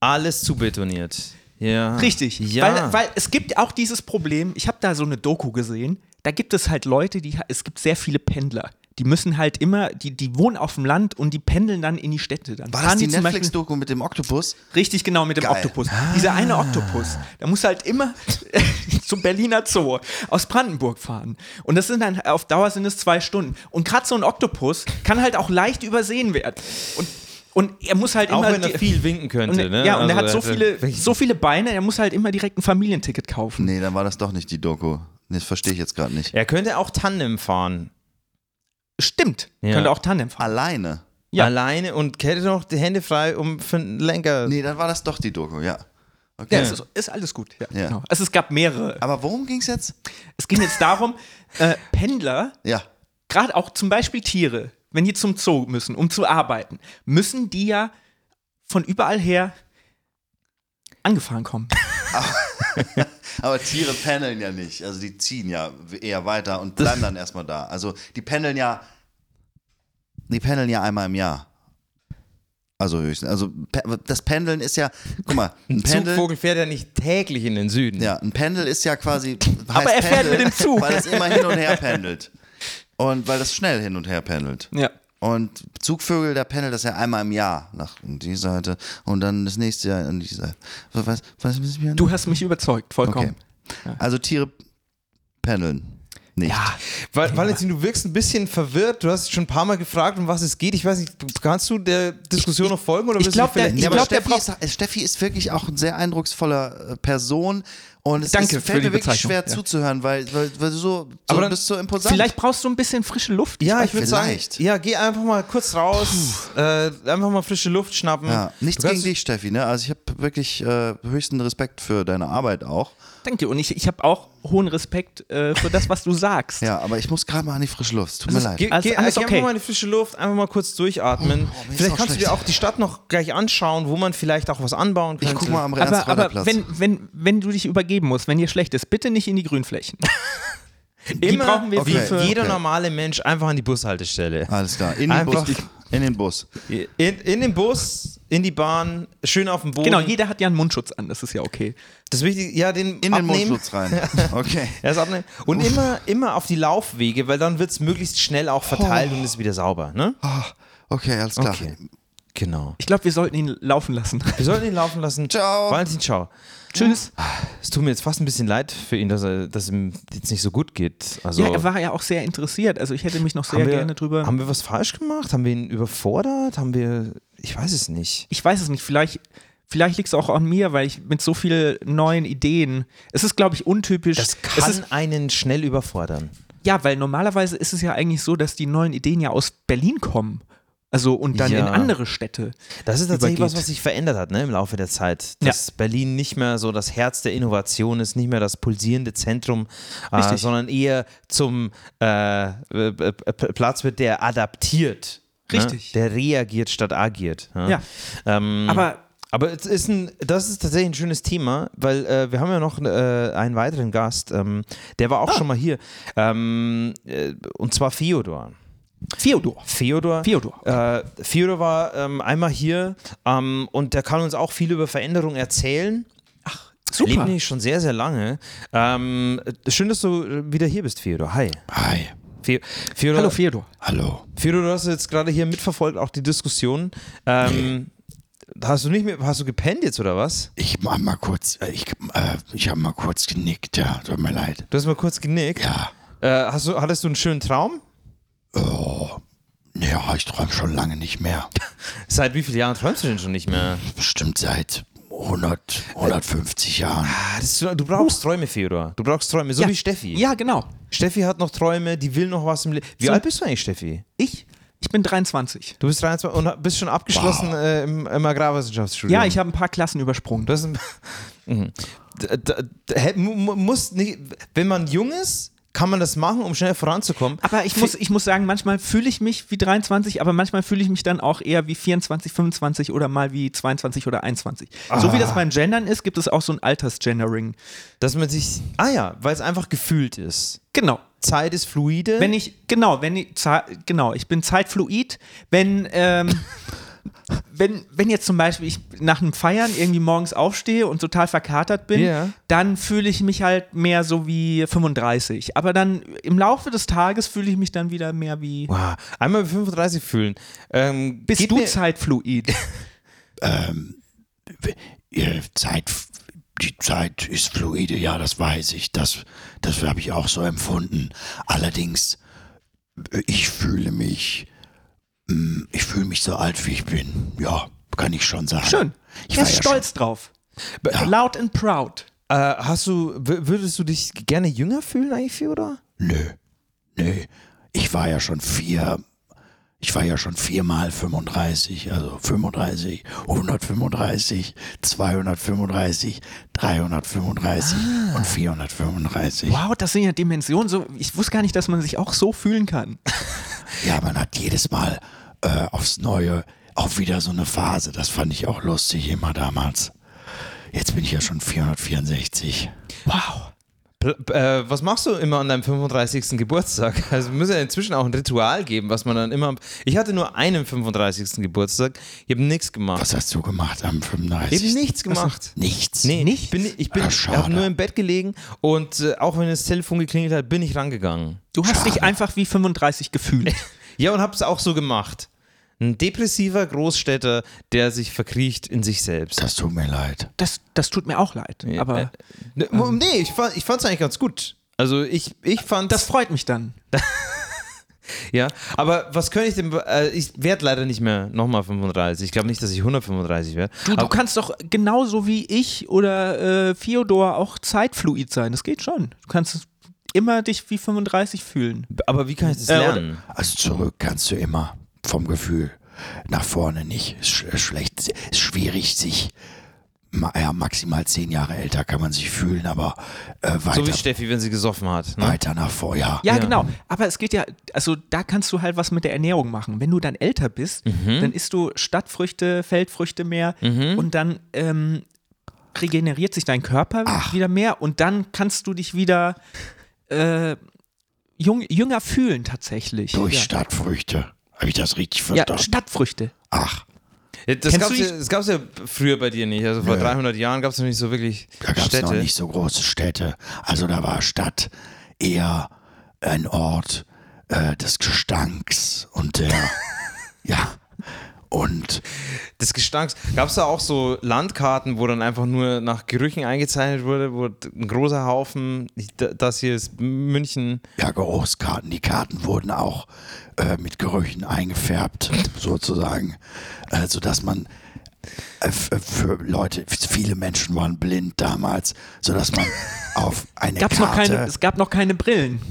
Speaker 1: alles zubetoniert. Ja.
Speaker 2: Ah,
Speaker 3: Richtig.
Speaker 1: Ja.
Speaker 3: Weil, weil es gibt auch dieses Problem, ich habe da so eine Doku gesehen, da gibt es halt Leute, die. Es gibt sehr viele Pendler. Die müssen halt immer, die, die wohnen auf dem Land und die pendeln dann in die Städte. Dann
Speaker 2: War das
Speaker 3: fahren
Speaker 2: die
Speaker 3: zum Beispiel-
Speaker 2: Netflix-Doku mit dem Oktopus?
Speaker 3: Richtig, genau, mit dem
Speaker 2: Geil.
Speaker 3: Oktopus. Dieser eine
Speaker 1: Ah.
Speaker 3: Oktopus, der muss halt immer *laughs* zum Berliner Zoo aus Brandenburg fahren. Und das sind dann, auf Dauer sind es zwei Stunden. Und gerade so ein Oktopus kann halt auch leicht übersehen werden. Und, und er muss halt
Speaker 1: auch
Speaker 3: immer.
Speaker 1: wenn er
Speaker 3: die-
Speaker 1: viel winken
Speaker 3: und,
Speaker 1: könnte. ne?
Speaker 3: Ja, und er
Speaker 1: Also
Speaker 3: hat so
Speaker 1: also
Speaker 3: viele,
Speaker 1: wirklich-
Speaker 3: so viele Beine, er muss halt immer direkt ein Familienticket kaufen.
Speaker 2: Nee, dann war das doch nicht die Doku. Nee, Das verstehe ich jetzt gerade nicht.
Speaker 1: Er könnte auch Tandem fahren.
Speaker 3: Stimmt,
Speaker 1: Ja.
Speaker 3: könnte auch Tandem fahren.
Speaker 2: Alleine.
Speaker 3: Ja.
Speaker 1: Alleine und hätte noch die Hände frei um für einen Lenker.
Speaker 2: Nee, dann war das doch die Doku, ja. Okay.
Speaker 3: Ja, es Ist, ist alles gut. Ja,
Speaker 2: Ja.
Speaker 3: Genau. Also es gab mehrere.
Speaker 2: Aber worum ging es jetzt?
Speaker 3: Es ging jetzt darum, äh, Pendler
Speaker 2: Ja.
Speaker 3: gerade auch zum Beispiel Tiere, wenn die zum Zoo müssen, um zu arbeiten, müssen die ja von überall her angefahren kommen.
Speaker 2: Aber Tiere pendeln ja nicht. Also die ziehen ja eher weiter und bleiben dann erstmal da. Also die pendeln ja. Die pendeln ja einmal im Jahr. Also höchstens. Also pe- das Pendeln ist ja. Guck mal, ein Pendel.
Speaker 1: Zugvogel fährt ja nicht täglich in den Süden.
Speaker 2: Ja, ein Pendel ist ja quasi.
Speaker 3: Aber er
Speaker 2: heißt
Speaker 3: fährt
Speaker 2: Pendel,
Speaker 3: mit dem Zug.
Speaker 2: Weil es immer hin und her pendelt. Und weil das schnell hin und her pendelt.
Speaker 3: Ja.
Speaker 2: Und Zugvögel, da pendelt das ja einmal im Jahr nach die Seite und dann das nächste Jahr an die Seite. Was, was, was müssen wir
Speaker 3: Du hast mich überzeugt, vollkommen.
Speaker 2: Okay. Also Tiere pendeln. nicht.
Speaker 3: Ah.
Speaker 1: Val- Valentin, du wirkst ein bisschen verwirrt. Du hast schon ein paar Mal gefragt, um was es geht. Ich weiß nicht, kannst du der Diskussion noch folgen oder
Speaker 3: ich
Speaker 1: willst
Speaker 3: glaub,
Speaker 1: du
Speaker 3: der-
Speaker 1: vielleicht
Speaker 3: ich
Speaker 2: Ja, aber
Speaker 3: glaub, der
Speaker 2: Steffi,
Speaker 3: braucht-
Speaker 2: ist, äh, Steffi ist wirklich auch ein sehr eindrucksvoller äh, Person und es
Speaker 3: Danke
Speaker 2: ist,
Speaker 3: für
Speaker 2: fällt
Speaker 3: die
Speaker 2: mir wirklich
Speaker 3: Bezeichnung,
Speaker 2: schwer
Speaker 3: ja.
Speaker 2: zuzuhören, weil, weil, weil du so, so
Speaker 1: Aber dann-
Speaker 2: bist so imposant.
Speaker 3: Vielleicht brauchst du ein bisschen frische Luft.
Speaker 1: ja,
Speaker 3: weiß
Speaker 1: ich würde sagen,
Speaker 2: vielleicht.
Speaker 1: ja, geh einfach mal kurz raus, äh, einfach mal frische Luft schnappen.
Speaker 2: ja, nichts
Speaker 1: Du
Speaker 2: gegen
Speaker 1: kannst-
Speaker 2: dich, Steffi. Ne? Also ich habe wirklich äh, höchsten Respekt für deine Arbeit auch.
Speaker 3: Danke. Und ich, ich habe auch hohen Respekt äh, für das, was du sagst.
Speaker 2: Ja, aber ich muss gerade mal an die frische Luft. Tut mir leid.
Speaker 1: Geh,
Speaker 3: Alles-
Speaker 1: geh, also,
Speaker 3: alles
Speaker 1: geh
Speaker 3: Also, ah, okay.
Speaker 1: einfach mal in die frische Luft, einfach mal kurz durchatmen.
Speaker 2: mir ist
Speaker 1: vielleicht
Speaker 2: auch
Speaker 1: kannst du dir
Speaker 2: schlecht.
Speaker 1: auch die Stadt noch gleich anschauen, wo man vielleicht auch was anbauen
Speaker 2: Ich
Speaker 1: könnte.
Speaker 2: guck mal am
Speaker 3: Aber,
Speaker 2: Ernst
Speaker 3: aber
Speaker 2: Platz.
Speaker 3: wenn, wenn, wenn du dich übergeben musst, wenn dir schlecht ist, bitte nicht in die Grünflächen.
Speaker 1: *laughs*
Speaker 3: die
Speaker 1: Immer
Speaker 3: brauchen wir
Speaker 1: wie
Speaker 2: Okay. Also.
Speaker 3: für.
Speaker 1: jeder
Speaker 2: Okay.
Speaker 1: normale Mensch einfach an die Bushaltestelle.
Speaker 2: Alles klar. In den
Speaker 1: Einfach-
Speaker 2: Bus. In den Bus.
Speaker 1: In, in den Bus, in die Bahn, schön auf dem Boden.
Speaker 3: Genau, jeder hat ja einen Mundschutz an, das ist ja okay.
Speaker 1: das Wichtige, ja, den
Speaker 2: In den
Speaker 1: abnehmen.
Speaker 2: Mundschutz rein.
Speaker 3: *laughs*
Speaker 2: Okay.
Speaker 1: Erst abnehmen. Und immer, immer auf die Laufwege, weil dann wird es möglichst schnell auch verteilt und ist wieder sauber. Ne?
Speaker 2: Ah, Oh. Okay, alles klar.
Speaker 1: Okay. Genau.
Speaker 3: Ich glaube, wir sollten ihn
Speaker 1: *laughs*
Speaker 3: laufen lassen.
Speaker 1: Wir sollten ihn laufen lassen.
Speaker 2: Ciao.
Speaker 1: Valentin, ciao.
Speaker 3: Tschüss.
Speaker 1: Es tut mir jetzt fast ein bisschen leid für ihn, dass, er, dass ihm jetzt nicht so gut geht. Also,
Speaker 3: Ja, er war ja auch sehr interessiert. Also ich hätte mich noch sehr
Speaker 1: haben wir,
Speaker 3: gerne drüber.
Speaker 1: Haben wir was falsch gemacht? Haben wir ihn überfordert? Haben wir. Ich weiß es nicht.
Speaker 3: ich weiß es nicht, vielleicht, vielleicht liegt es auch an mir, weil ich mit so vielen neuen Ideen. Es ist, glaube ich, untypisch.
Speaker 1: Das
Speaker 3: es
Speaker 1: kann
Speaker 3: ist,
Speaker 1: einen schnell überfordern.
Speaker 3: ja, weil normalerweise ist es ja eigentlich so, dass die neuen Ideen ja aus Berlin kommen. Also und dann
Speaker 1: Ja.
Speaker 3: in andere Städte.
Speaker 1: Das ist tatsächlich
Speaker 3: übergeht.
Speaker 1: was, was sich verändert hat ne, im Laufe der Zeit.
Speaker 3: Ja.
Speaker 1: Dass Berlin nicht mehr so das Herz der Innovation ist, nicht mehr das pulsierende Zentrum, äh,
Speaker 3: Richtig.
Speaker 1: sondern eher zum äh, äh, äh, P- Platz wird, der adaptiert.
Speaker 3: Richtig.
Speaker 1: Ne? Der reagiert statt agiert. ne?
Speaker 3: Ja.
Speaker 1: Ähm,
Speaker 3: Aber
Speaker 1: aber es ist ein, das ist tatsächlich ein schönes Thema, weil äh, wir haben ja noch äh, einen weiteren Gast, ähm, der
Speaker 3: Ah.
Speaker 1: war auch schon mal hier, ähm, äh, und zwar Theodor.
Speaker 3: Theodor.
Speaker 1: Theodor.
Speaker 3: Theodor.
Speaker 1: Äh, Theodor war ähm, einmal hier ähm, und der kann uns auch viel über Veränderung erzählen.
Speaker 3: Super.
Speaker 1: Lebt nämlich schon sehr, sehr lange. Ähm, äh, schön, dass du äh, wieder hier bist, Theodor. Hi.
Speaker 5: Hi.
Speaker 1: The Theodor,
Speaker 3: Hallo Theodor.
Speaker 5: Hallo.
Speaker 1: Theodor, du hast jetzt gerade hier mitverfolgt, auch die Diskussion. Ähm, Hast du nicht mehr, hast du gepennt jetzt oder was?
Speaker 5: Ich mach mal kurz, äh, ich, äh, ich habe mal kurz genickt, ja, tut mir leid.
Speaker 1: Du hast mal kurz genickt.
Speaker 5: Ja,
Speaker 1: Äh, hast du, hattest du einen schönen Traum?
Speaker 5: ja ich träume schon lange nicht mehr. *laughs*
Speaker 1: Seit wie vielen Jahren träumst du denn schon nicht mehr?
Speaker 5: Bestimmt seit 100, 150 Jahren.
Speaker 1: Ah, das, du brauchst Träume, Theodor. Du brauchst Träume, so
Speaker 3: ja.
Speaker 1: wie Steffi.
Speaker 3: Ja, genau.
Speaker 1: Steffi hat noch Träume, die will noch was im Leben. Wie
Speaker 3: So-
Speaker 1: alt bist du eigentlich, Steffi?
Speaker 3: Ich? Ich bin 23.
Speaker 1: Du bist 23 und ha- bist schon abgeschlossen äh, im, im Agrarwissenschaftsstudium.
Speaker 3: Ja, ich habe ein paar Klassen übersprungen.
Speaker 1: Du hast ein, *laughs* Mhm. D- d- d- hä- mu- mu- muss nicht, wenn man jung ist, kann man das machen, um schnell voranzukommen.
Speaker 3: Aber ich muss, ich muss sagen, manchmal fühle ich mich wie 23, aber manchmal fühle ich mich dann auch eher wie 24, 25 oder mal wie 22 oder 21. So
Speaker 1: Ah.
Speaker 3: wie das beim Gendern ist, gibt es auch so ein Altersgendering.
Speaker 1: Dass man sich, ah ja, weil es einfach gefühlt ist.
Speaker 3: Genau.
Speaker 1: Zeit ist fluide.
Speaker 3: Wenn ich, genau, wenn ich, za- genau, ich bin zeitfluid, wenn,
Speaker 1: *laughs*
Speaker 3: ähm, wenn, wenn jetzt zum Beispiel ich nach einem Feiern irgendwie morgens aufstehe und total verkatert bin,
Speaker 1: Ja.
Speaker 3: dann fühle ich mich halt mehr so wie 35. Aber dann im Laufe des Tages fühle ich mich dann wieder mehr wie.
Speaker 1: Wow. Einmal mit 35 fühlen. Ähm,
Speaker 3: Bist
Speaker 1: geht
Speaker 3: du
Speaker 1: mir-
Speaker 3: zeitfluid?
Speaker 5: Ihre Zeit, die Zeit ist fluide, ja, das weiß ich. Das, das habe ich auch so empfunden. Allerdings, ich fühle mich, mm, ich fühle mich so alt, wie ich bin. Ja, kann ich schon sagen.
Speaker 3: Schön.
Speaker 5: Ich
Speaker 3: er
Speaker 5: war
Speaker 3: ist
Speaker 5: ja
Speaker 3: stolz drauf. Loud and proud.
Speaker 1: Äh, hast du, w- würdest du dich gerne jünger fühlen eigentlich, Theodor?
Speaker 5: Nö, nö. Ich war ja schon vier. Ich war ja schon viermal 35, also 35, 135, 235, 335 und 435.
Speaker 3: Wow, das sind ja Dimensionen. So, ich wusste gar nicht, dass man sich auch so fühlen kann.
Speaker 5: Ja, man hat jedes Mal äh, aufs Neue auch wieder so eine Phase. Das fand ich auch lustig immer damals. Jetzt bin ich ja schon 464.
Speaker 3: Wow.
Speaker 1: Pl- äh, was machst du immer an deinem 35. Geburtstag? *laughs* Also muss ja inzwischen auch ein Ritual geben, was man dann immer. Ich hatte nur einen 35. Geburtstag. Ich habe nichts gemacht.
Speaker 5: Was hast du gemacht am
Speaker 1: Ich habe
Speaker 5: 35?
Speaker 1: nichts gemacht.
Speaker 5: Nichts.
Speaker 1: Nee,
Speaker 3: Nichts?
Speaker 1: ich bin, ich bin,
Speaker 5: Ah,
Speaker 1: ich
Speaker 5: schade.
Speaker 1: habe nur im Bett gelegen und äh, auch wenn das Telefon geklingelt hat, bin ich rangegangen.
Speaker 3: Du hast dich einfach wie 35 gefühlt.
Speaker 1: Ja, und habe es auch so gemacht. Ein depressiver Großstädter, der sich verkriecht in sich selbst.
Speaker 5: Das tut mir leid.
Speaker 3: Das, das tut mir auch leid. Aber ähm,
Speaker 1: Äh, ne, nee, ich, fa- ich fand es eigentlich ganz gut. Also ich, ich fand
Speaker 3: Das freut mich dann.
Speaker 1: Ja, aber was könnte ich denn. Äh, ich werde leider nicht mehr nochmal 35. Ich glaube nicht, dass ich 135 werde.
Speaker 3: Du, du kannst doch genauso wie ich oder äh, Theodor auch zeitfluid sein. Das geht schon. Du kannst immer dich wie 35 fühlen.
Speaker 1: Aber wie kann ich das
Speaker 3: oder-
Speaker 1: lernen?
Speaker 2: Also zurück kannst du immer vom Gefühl. Nach vorne nicht. Ist sch ist schlecht, ist schwierig sich. Ma ja, maximal zehn Jahre älter kann man sich fühlen, aber
Speaker 1: so
Speaker 2: äh,
Speaker 1: wie
Speaker 2: weiter,
Speaker 1: Steffi, wenn sie gesoffen hat. Ne?
Speaker 2: weiter nach vorne. Ja.
Speaker 3: Ja,
Speaker 1: Ja.
Speaker 3: genau. Aber es geht ja, also da kannst du halt was mit der Ernährung machen. Wenn du dann älter bist,
Speaker 2: Mhm.
Speaker 3: dann isst du Stadtfrüchte, Feldfrüchte mehr und dann ähm, regeneriert sich dein Körper wieder mehr und dann kannst du dich wieder äh, jung, jünger fühlen tatsächlich.
Speaker 2: Durch
Speaker 3: ja.
Speaker 2: Stadtfrüchte. Habe ich das richtig
Speaker 3: ja,
Speaker 2: verstanden?
Speaker 3: Stadtfrüchte.
Speaker 2: Ach,
Speaker 1: Ja, Das
Speaker 3: Kennst
Speaker 1: gab
Speaker 3: du
Speaker 1: es
Speaker 3: nicht-
Speaker 1: ja, das gab's ja früher bei dir nicht. Also vor
Speaker 2: Nö.
Speaker 1: 300 Jahren gab es noch nicht so wirklich
Speaker 2: da gab es
Speaker 1: Städte.
Speaker 2: noch nicht so große Städte. Also da war Stadt eher ein Ort äh, des Gestanks
Speaker 1: *laughs*
Speaker 2: und der, ja, und
Speaker 1: Des Gestanks. Gab es da auch so Landkarten, wo dann einfach nur nach Gerüchen eingezeichnet wurde, wo ein großer Haufen, ich- da- das hier ist München.
Speaker 2: Ja, Geruchskarten. Die Karten wurden auch äh, mit Gerüchen
Speaker 3: *laughs*
Speaker 2: eingefärbt, sozusagen. Äh, sodass man äh, f- für Leute, viele Menschen waren blind damals, sodass
Speaker 3: *laughs*
Speaker 2: man auf eine
Speaker 3: Gab's noch
Speaker 2: Karte
Speaker 3: keine, es gab noch keine Brillen.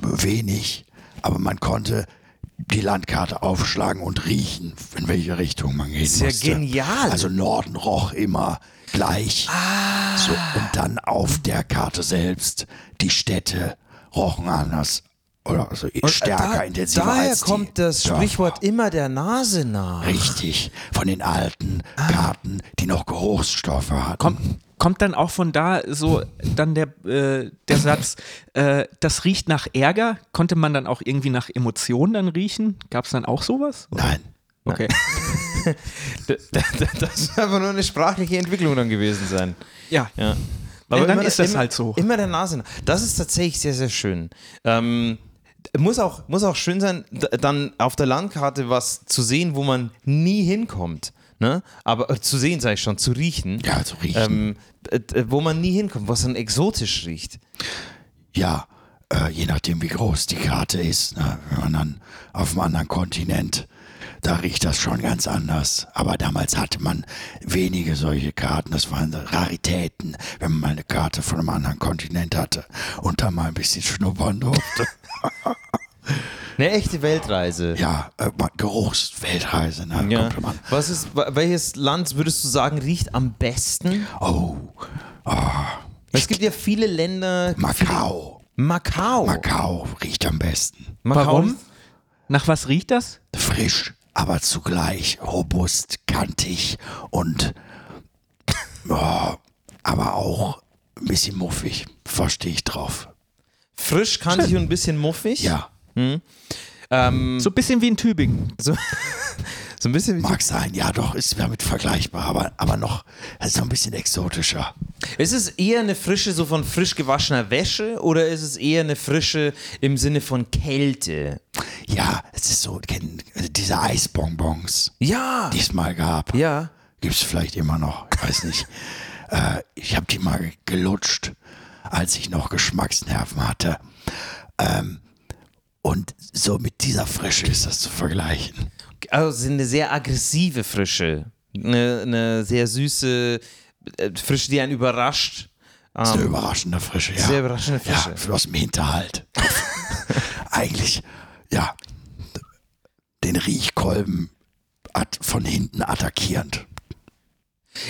Speaker 2: wenig, aber man konnte die Landkarte aufschlagen und riechen, in welche Richtung man gehen
Speaker 1: ja
Speaker 2: musste.
Speaker 1: genial.
Speaker 2: Also Norden roch immer gleich. So, und dann auf der Karte selbst die Städte rochen anders oder also stärker, intensiver als die Dörfer.
Speaker 1: immer der Nase nach.
Speaker 2: Richtig, von den alten Karten, die noch Geruchsstoffe hatten.
Speaker 3: Kommt, kommt dann auch von da so dann der, äh, der Satz, äh, das riecht nach Ärger? Konnte man dann auch irgendwie nach Emotionen dann riechen? Gab es dann auch sowas?
Speaker 2: Nein,
Speaker 3: Okay.
Speaker 1: *laughs* Das ist einfach nur eine sprachliche Entwicklung dann gewesen sein.
Speaker 3: Ja.
Speaker 1: Ja.
Speaker 3: Ja, dann
Speaker 1: immer-
Speaker 3: ist das
Speaker 1: immer,
Speaker 3: halt so.
Speaker 1: Immer der Nase nach. Das ist tatsächlich sehr, sehr schön. Ähm, muss, auch, muss auch schön sein, d- dann auf der Landkarte was zu sehen, wo man nie hinkommt. Ne? Aber äh, zu sehen, sage ich schon, zu riechen.
Speaker 2: ja, zu riechen.
Speaker 1: Ähm, äh, d- wo man nie hinkommt, was dann exotisch riecht.
Speaker 2: Ja, äh, je nachdem, wie groß die Karte ist. Ne? Wenn man dann auf einem anderen Kontinent, da riecht das schon ganz anders. Aber damals hatte man wenige solche Karten. Das waren Raritäten, wenn man mal eine Karte von einem anderen Kontinent hatte und da mal ein bisschen schnuppern durfte.
Speaker 1: Eine echte Weltreise.
Speaker 2: ja, äh, man- Geruchsweltreise, ne?
Speaker 1: Ja.
Speaker 2: Kommt man.
Speaker 1: Was ist, wa- welches Land würdest du sagen, riecht am besten?
Speaker 2: Oh, Ah.
Speaker 1: Es gibt ja viele Länder.
Speaker 2: Macau.
Speaker 1: Macau.
Speaker 2: Macau riecht am besten.
Speaker 1: Macau
Speaker 3: Warum?
Speaker 1: riecht-
Speaker 3: Nach was riecht das?
Speaker 2: frisch, aber zugleich robust, kantig und ja, aber auch ein bisschen muffig. Verstehe ich drauf.
Speaker 1: Frisch, kantig und ein bisschen muffig.
Speaker 2: Ja,
Speaker 3: So ein bisschen wie in Tübingen.
Speaker 1: So ein bisschen wie
Speaker 2: mag sein. Ja, doch, ist damit vergleichbar, aber, aber noch ist noch ein bisschen exotischer.
Speaker 1: Ist es eher eine Frische so von frisch gewaschener Wäsche oder ist es eher eine Frische im Sinne von Kälte?
Speaker 2: Ja, es ist so, kennen diese Eisbonbons,
Speaker 1: Ja.
Speaker 2: die es mal gab.
Speaker 1: Ja.
Speaker 2: Gibt es vielleicht immer noch, ich
Speaker 1: *laughs*
Speaker 2: weiß nicht. äh, ich habe die mal ge- gelutscht, als ich noch Geschmacksnerven hatte. Ähm, und so mit dieser Frische ist das zu vergleichen.
Speaker 1: Also eine sehr aggressive Frische. Eine, eine sehr süße äh, Frische, die einen überrascht. Ähm,
Speaker 2: ist eine überraschende Frische, ja.
Speaker 1: Sehr überraschende Frische.
Speaker 2: Ja, aus
Speaker 1: *laughs*
Speaker 2: dem Hinterhalt. *laughs* Eigentlich, ja, den Riechkolben at von hinten attackierend.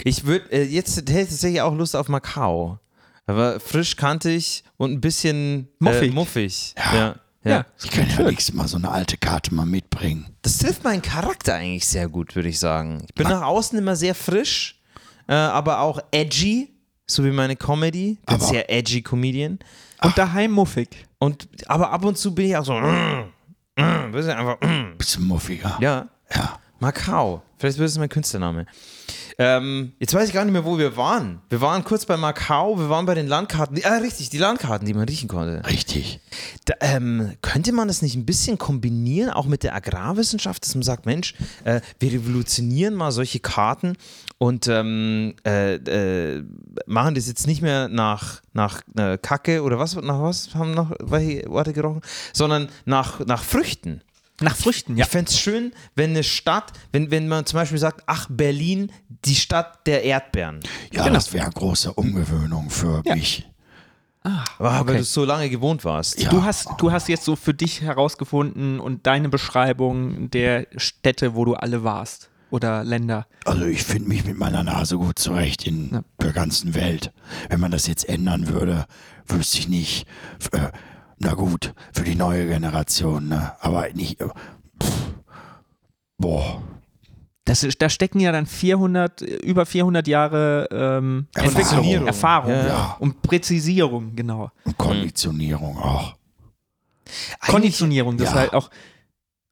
Speaker 1: Ich würde äh, jetzt hätte ich tatsächlich auch Lust auf Macau. Aber frisch, kantig und ein bisschen Äh,
Speaker 3: Muffig.
Speaker 1: muffig.
Speaker 2: Ja.
Speaker 1: Ja. Ja.
Speaker 2: Ich kann ja nächstes Mal so eine alte Karte mal mitbringen.
Speaker 1: Das trifft meinen Charakter eigentlich sehr gut, würde ich sagen. Ich bin nach außen immer sehr frisch, äh, aber auch edgy, so wie meine Comedy. Bin
Speaker 2: Aber-
Speaker 1: sehr edgy Comedian.
Speaker 3: Und daheim muffig.
Speaker 1: Und, aber ab und zu bin ich auch so, mm, mm, bisschen einfach, mm.
Speaker 2: Bisschen muffiger.
Speaker 1: ja,
Speaker 2: ja.
Speaker 1: Macau. Vielleicht wird es mein Künstlername. Ähm, jetzt weiß ich gar nicht mehr, wo wir waren. Wir waren kurz bei Macau, wir waren bei den Landkarten. Ah, richtig, die Landkarten, die man riechen konnte.
Speaker 2: Richtig.
Speaker 1: Da, ähm, könnte man das nicht ein bisschen kombinieren, auch mit der Agrarwissenschaft, dass man sagt, Mensch, äh, wir revolutionieren mal solche Karten und ähm, äh, äh, machen das jetzt nicht mehr nach, nach äh, Kacke oder was, nach was haben noch welche Orte gerochen, sondern nach, nach Früchten.
Speaker 3: Nach Früchten, ja.
Speaker 1: Ich fände es schön, wenn eine Stadt, wenn, wenn man zum Beispiel sagt, ach, Berlin, die Stadt der Erdbeeren.
Speaker 2: Ja, das wäre eine große Umgewöhnung für mich.
Speaker 1: Ah, Weil
Speaker 3: Okay.
Speaker 1: du es so lange gewohnt warst.
Speaker 2: Ja.
Speaker 3: Also Du hast, du hast jetzt so für dich herausgefunden und deine Beschreibung der Städte, wo du alle warst oder Länder.
Speaker 2: Also ich finde mich mit meiner Nase gut zurecht in
Speaker 3: Ja.
Speaker 2: der ganzen Welt. Wenn man das jetzt ändern würde, wüsste ich nicht. F- äh, na gut, für die neue Generation, ne? Aber nicht. äh, Pff, boah.
Speaker 3: Das, ist- da stecken ja dann 400, über 400 Jahre ähm,
Speaker 2: Erfahrung.
Speaker 3: Erfahrung
Speaker 1: Ja,
Speaker 2: ja.
Speaker 3: und Präzisierung, genau.
Speaker 2: Und Konditionierung auch.
Speaker 3: Konditionierung, das
Speaker 2: ja.
Speaker 3: ist halt auch,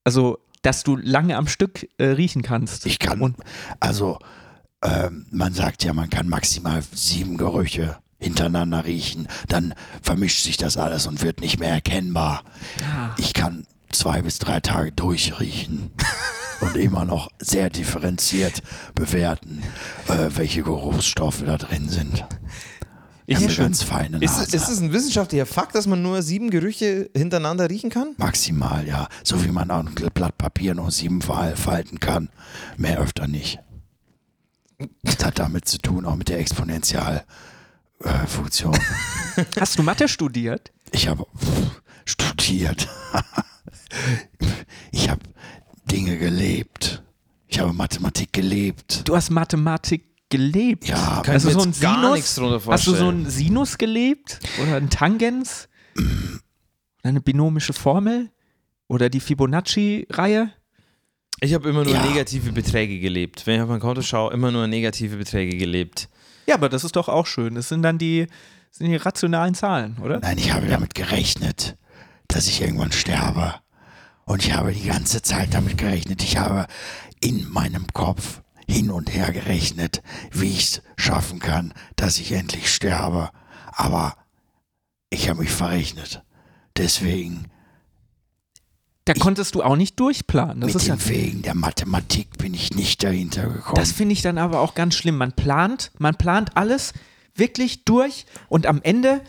Speaker 3: also, dass du lange am Stück äh, riechen kannst.
Speaker 2: Ich kann.
Speaker 3: Und-
Speaker 2: also, ähm, man sagt ja, man kann maximal sieben Gerüche hintereinander riechen. Dann vermischt sich das alles und wird nicht mehr erkennbar. Ich kann zwei bis drei
Speaker 1: *laughs*
Speaker 2: Tage durchriechen. Und immer noch sehr differenziert bewerten, äh, welche Geruchsstoffe da drin sind. Ich habe eine ganz feine
Speaker 1: Ist,
Speaker 2: Nase.
Speaker 1: es- ist es ein wissenschaftlicher Fakt, dass man nur sieben Gerüche hintereinander riechen kann?
Speaker 2: Maximal, ja. So wie man auch ein Blatt Papier nur sieben Mal falten kann. Mehr öfter nicht. Das hat damit zu tun, auch mit der Exponentialfunktion. Äh, Funktion.
Speaker 3: Hast du Mathe studiert?
Speaker 2: ich habe pff, studiert. *laughs* ich habe Dinge gelebt. Ich habe Mathematik gelebt.
Speaker 3: Du hast Mathematik gelebt. Also
Speaker 2: Ja,
Speaker 1: Kann ich mir jetzt gar nichts drunter
Speaker 3: Hast du so
Speaker 1: vorstellen.
Speaker 3: einen Sinus gelebt? Oder einen Tangens? Oder eine binomische Formel? Oder die Fibonacci-Reihe?
Speaker 1: Ich habe immer nur
Speaker 2: Ja.
Speaker 1: negative Beträge gelebt. Wenn ich auf mein Konto schaue, immer nur negative Beträge gelebt.
Speaker 3: Ja, aber das ist doch auch schön. Das sind dann die, das sind die rationalen Zahlen, oder?
Speaker 2: Nein, ich habe damit gerechnet, dass ich irgendwann sterbe. Und ich habe die ganze Zeit damit gerechnet. Ich habe in meinem Kopf hin und her gerechnet, wie ich es schaffen kann, dass ich endlich sterbe. Aber ich habe mich verrechnet. Deswegen
Speaker 3: Da konntest du auch nicht durchplanen. Das
Speaker 2: mit
Speaker 3: ist ja
Speaker 2: den Wegen der Mathematik bin ich nicht dahinter gekommen.
Speaker 3: Das finde ich dann aber auch ganz schlimm. Man plant, man plant alles wirklich durch und am Ende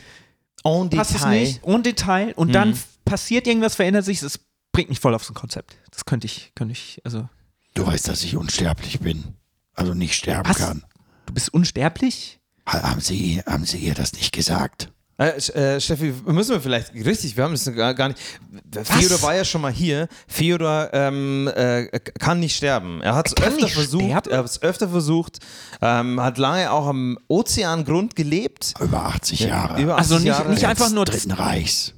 Speaker 1: On
Speaker 3: passt es nicht und Detail und dann f- passiert irgendwas, verändert sich, das bringt mich voll auf so ein Konzept. Das könnte ich, könnte ich, also
Speaker 2: du weißt, dass ich unsterblich bin. Also nicht sterben
Speaker 3: Was?
Speaker 2: kann.
Speaker 3: du bist unsterblich?
Speaker 2: Ha- Haben Sie, haben Sie ihr das nicht gesagt?
Speaker 1: Äh, Sch- äh, Steffi, müssen wir vielleicht, richtig, wir haben das gar gar nicht. Theodor war ja schon mal hier. Theodor ähm, äh, kann nicht sterben. Er hat es
Speaker 3: kann
Speaker 1: öfter
Speaker 3: nicht
Speaker 1: versucht,
Speaker 3: sterben?
Speaker 1: er hat's öfter versucht, ähm, hat lange auch am Ozeangrund gelebt.
Speaker 2: Über 80 Jahre.
Speaker 1: Über
Speaker 3: Also
Speaker 1: 80
Speaker 3: nicht,
Speaker 1: Jahre.
Speaker 3: nicht einfach
Speaker 2: des
Speaker 3: nur
Speaker 2: Dritten Reichs.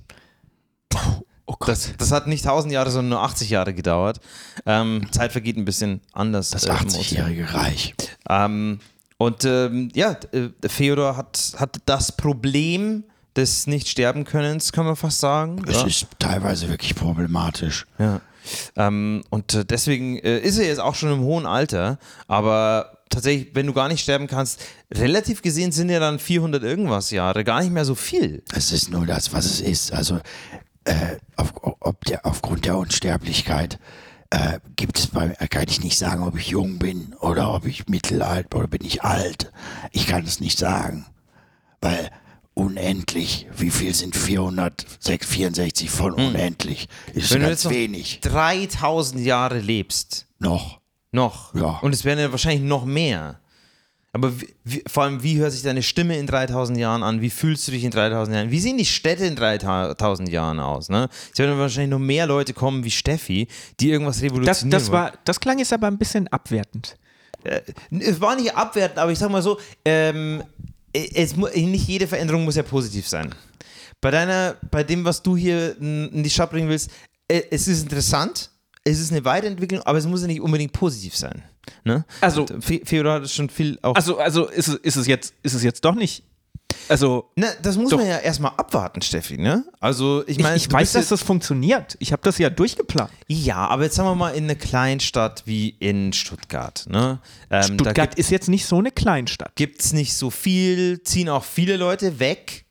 Speaker 3: Oh Gott.
Speaker 1: Das, das hat nicht 1000 Jahre, sondern nur 80 Jahre gedauert. Ähm, Zeit vergeht ein bisschen anders.
Speaker 2: Das
Speaker 1: äh, im Ozean.
Speaker 2: 80-jährige Reich.
Speaker 1: Ähm, und ähm, ja, äh, Theodor hat, hat das Problem des Nicht-Sterben-Könnens, kann man fast sagen.
Speaker 2: Es
Speaker 1: ja.
Speaker 2: ist teilweise wirklich problematisch.
Speaker 1: Ja. Ähm, und äh, deswegen äh, ist er jetzt auch schon im hohen Alter, aber tatsächlich, wenn du gar nicht sterben kannst, relativ gesehen sind ja dann 400 irgendwas Jahre gar nicht mehr so viel.
Speaker 2: Es ist nur das, was es ist. Also äh, auf, ob der, aufgrund der Unsterblichkeit äh, gibt es bei kann ich nicht sagen, ob ich jung bin oder ob ich mittelalt oder bin ich alt. Ich kann es nicht sagen, weil unendlich. Wie viel sind 464 von unendlich? Ist
Speaker 1: Hm. Wenn du
Speaker 2: ganz
Speaker 1: jetzt noch
Speaker 2: wenig.
Speaker 1: 3000 Jahre lebst,
Speaker 2: Noch.
Speaker 1: noch.
Speaker 2: Ja.
Speaker 1: Und es werden ja wahrscheinlich noch mehr. Aber wie, wie, vor allem, wie hört sich deine Stimme in 3000 Jahren an? Wie fühlst du dich in 3000 Jahren? Wie sehen die Städte in 3000 Jahren aus? Ne? Es werden wahrscheinlich noch mehr Leute kommen wie Steffi, die irgendwas
Speaker 3: Das,
Speaker 1: revolutionieren wollen.
Speaker 3: das, war, das klang jetzt aber ein bisschen abwertend.
Speaker 1: Es war nicht abwertend, aber ich sag mal so, ähm, es, mu- nicht jede Veränderung muss ja positiv sein. Bei deiner, bei dem, was du hier n- in die Stadt bringen willst, äh, es ist interessant, es ist eine Weiterentwicklung, aber es muss ja nicht unbedingt positiv sein. Ne?
Speaker 3: Also-
Speaker 1: Und Fe- Theodor hat schon viel auch.
Speaker 3: Also, also ist, es- ist, es jetzt, ist es jetzt doch nicht Also,
Speaker 1: Na, Ne, das muss
Speaker 3: Doch.
Speaker 1: man ja erstmal abwarten, Steffi, ne? Also, ich
Speaker 3: ich,
Speaker 1: meine,
Speaker 3: ich
Speaker 1: du
Speaker 3: weiß, dass
Speaker 1: bist Ähm,
Speaker 3: das funktioniert. Ich habe das ja durchgeplant.
Speaker 1: Ja, aber jetzt sagen wir mal in eine Kleinstadt wie in Stuttgart. Ne? Ähm, da
Speaker 3: Stuttgart ist jetzt nicht so eine Kleinstadt.
Speaker 1: gibt es nicht so viel, ziehen auch viele Leute weg.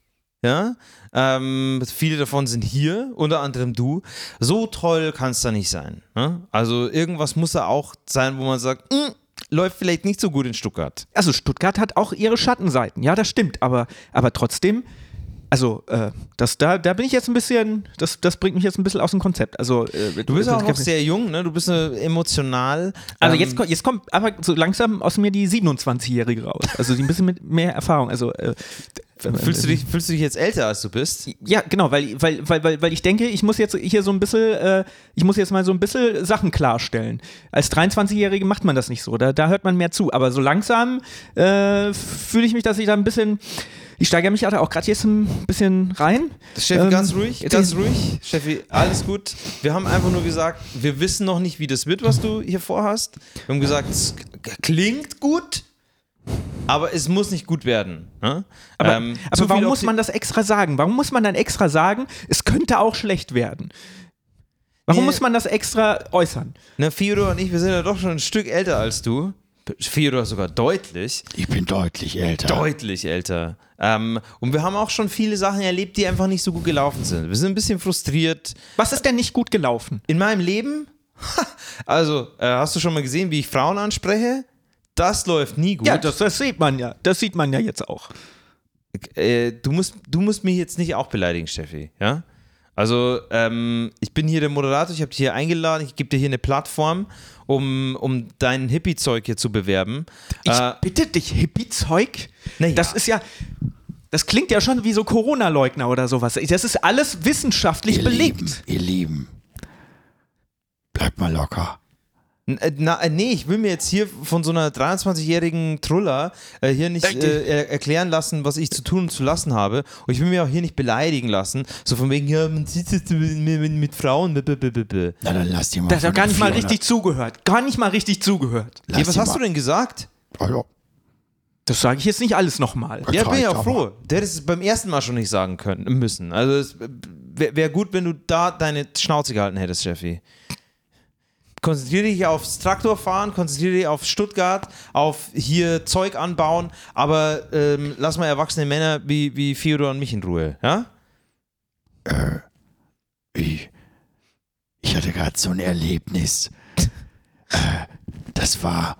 Speaker 1: Ja? Ähm, viele davon sind hier, unter anderem du. So toll kann es da nicht sein. Ne? Also irgendwas muss da auch sein, wo man sagt, "Hm, läuft vielleicht nicht so gut in Stuttgart.
Speaker 3: Also Stuttgart hat auch ihre Schattenseiten, ja, das stimmt, aber, aber trotzdem, also äh, das, da, da bin ich jetzt ein bisschen, das, das bringt mich jetzt ein bisschen aus dem Konzept. Also, äh,
Speaker 1: Du bist
Speaker 3: das-
Speaker 1: auch noch sehr jung, ne? du bist äh, emotional.
Speaker 3: also
Speaker 1: ähm,
Speaker 3: jetzt, kommt- jetzt kommt aber so langsam aus mir die 27-Jährige raus. Also die ein bisschen mit mehr Erfahrung. Also äh,
Speaker 1: Fühlst du, dich, fühlst du dich jetzt älter, als du bist?
Speaker 3: Ja, genau, weil, weil, weil, weil, weil ich denke, ich muss jetzt hier so ein bisschen, äh, ich muss jetzt mal so ein bisschen Sachen klarstellen. Als 23-Jährige macht man das nicht so, da, da hört man mehr zu. Aber so langsam äh, fühle ich mich, dass ich da ein bisschen, ich steigere mich da auch gerade jetzt ein bisschen rein.
Speaker 1: Steffi,
Speaker 3: Ähm,
Speaker 1: ganz ruhig,
Speaker 3: jetzt-
Speaker 1: ganz ruhig. Steffi, alles gut. Wir haben einfach nur gesagt, wir wissen noch nicht, wie das wird, was du hier vorhast. Wir haben gesagt, es k- klingt gut, aber es muss nicht gut werden. ne?
Speaker 3: Aber,
Speaker 1: Ähm, zu
Speaker 3: aber
Speaker 1: viel
Speaker 3: warum muss
Speaker 1: Opti-
Speaker 3: man das extra sagen? Warum muss man dann extra sagen, es könnte auch schlecht werden? Warum
Speaker 1: Nee.
Speaker 3: muss man das extra äußern?
Speaker 1: Ne, Fiodor und ich, wir sind ja doch schon ein Stück älter als du. Fiodor sogar deutlich.
Speaker 2: Ich bin deutlich älter.
Speaker 1: Deutlich älter. Ähm, und wir haben auch schon viele Sachen erlebt, die einfach nicht so gut gelaufen sind. Wir sind ein bisschen frustriert.
Speaker 3: Was ist denn nicht gut gelaufen?
Speaker 1: In meinem Leben? *laughs* Ha, Also, äh, hast du schon mal gesehen, wie ich Frauen anspreche? Das läuft nie gut.
Speaker 3: Ja, das, das sieht man ja. Das sieht man ja jetzt auch.
Speaker 1: äh, du, musst, du musst mich jetzt nicht auch beleidigen, Steffi. Ja? Also, ähm, ich bin hier der Moderator, ich habe dich hier eingeladen, ich gebe dir hier eine Plattform, um, um dein Hippie-Zeug hier zu bewerben.
Speaker 3: Ich
Speaker 1: äh,
Speaker 3: bitte dich, Hippie-Zeug?
Speaker 1: Na ja.
Speaker 3: Das ist ja. Das klingt ja schon wie so Corona-Leugner oder sowas. Das ist alles wissenschaftlich
Speaker 2: Ihr
Speaker 3: belegt.
Speaker 2: Lieben, ihr Lieben, bleibt mal locker.
Speaker 1: n- äh, na, äh, nee, ich will mir jetzt hier von so einer 23-jährigen Truller äh, hier nicht äh, er erklären lassen, was ich zu tun und zu lassen habe. Und ich will mir auch hier nicht beleidigen lassen. So von wegen, ja, man sieht jetzt mit, mit, mit Frauen. b- b- b- b- b.
Speaker 2: Na dann lass dir mal.
Speaker 3: Da hat er
Speaker 2: von
Speaker 3: gar nicht mal
Speaker 2: 400
Speaker 3: richtig zugehört. Gar nicht mal richtig zugehört.
Speaker 2: Lass
Speaker 1: Ja, was
Speaker 2: dir
Speaker 1: hast
Speaker 2: mal-
Speaker 1: du denn gesagt?
Speaker 2: Also,
Speaker 3: Das sage ich jetzt nicht alles nochmal.
Speaker 1: Ja, bin ich
Speaker 2: Reicht
Speaker 1: auch
Speaker 2: aber.
Speaker 1: froh. Der hätte es beim ersten Mal schon nicht sagen können müssen. Also es wäre wär gut, wenn du da deine Schnauze gehalten hättest, Steffi. Konzentriere dich aufs Traktorfahren, konzentriere dich auf Stuttgart, auf hier Zeug anbauen, aber ähm, lass mal erwachsene Männer wie, wie Theodor und mich in Ruhe, ja?
Speaker 2: äh, ich, ich hatte gerade so ein Erlebnis. Äh, das war,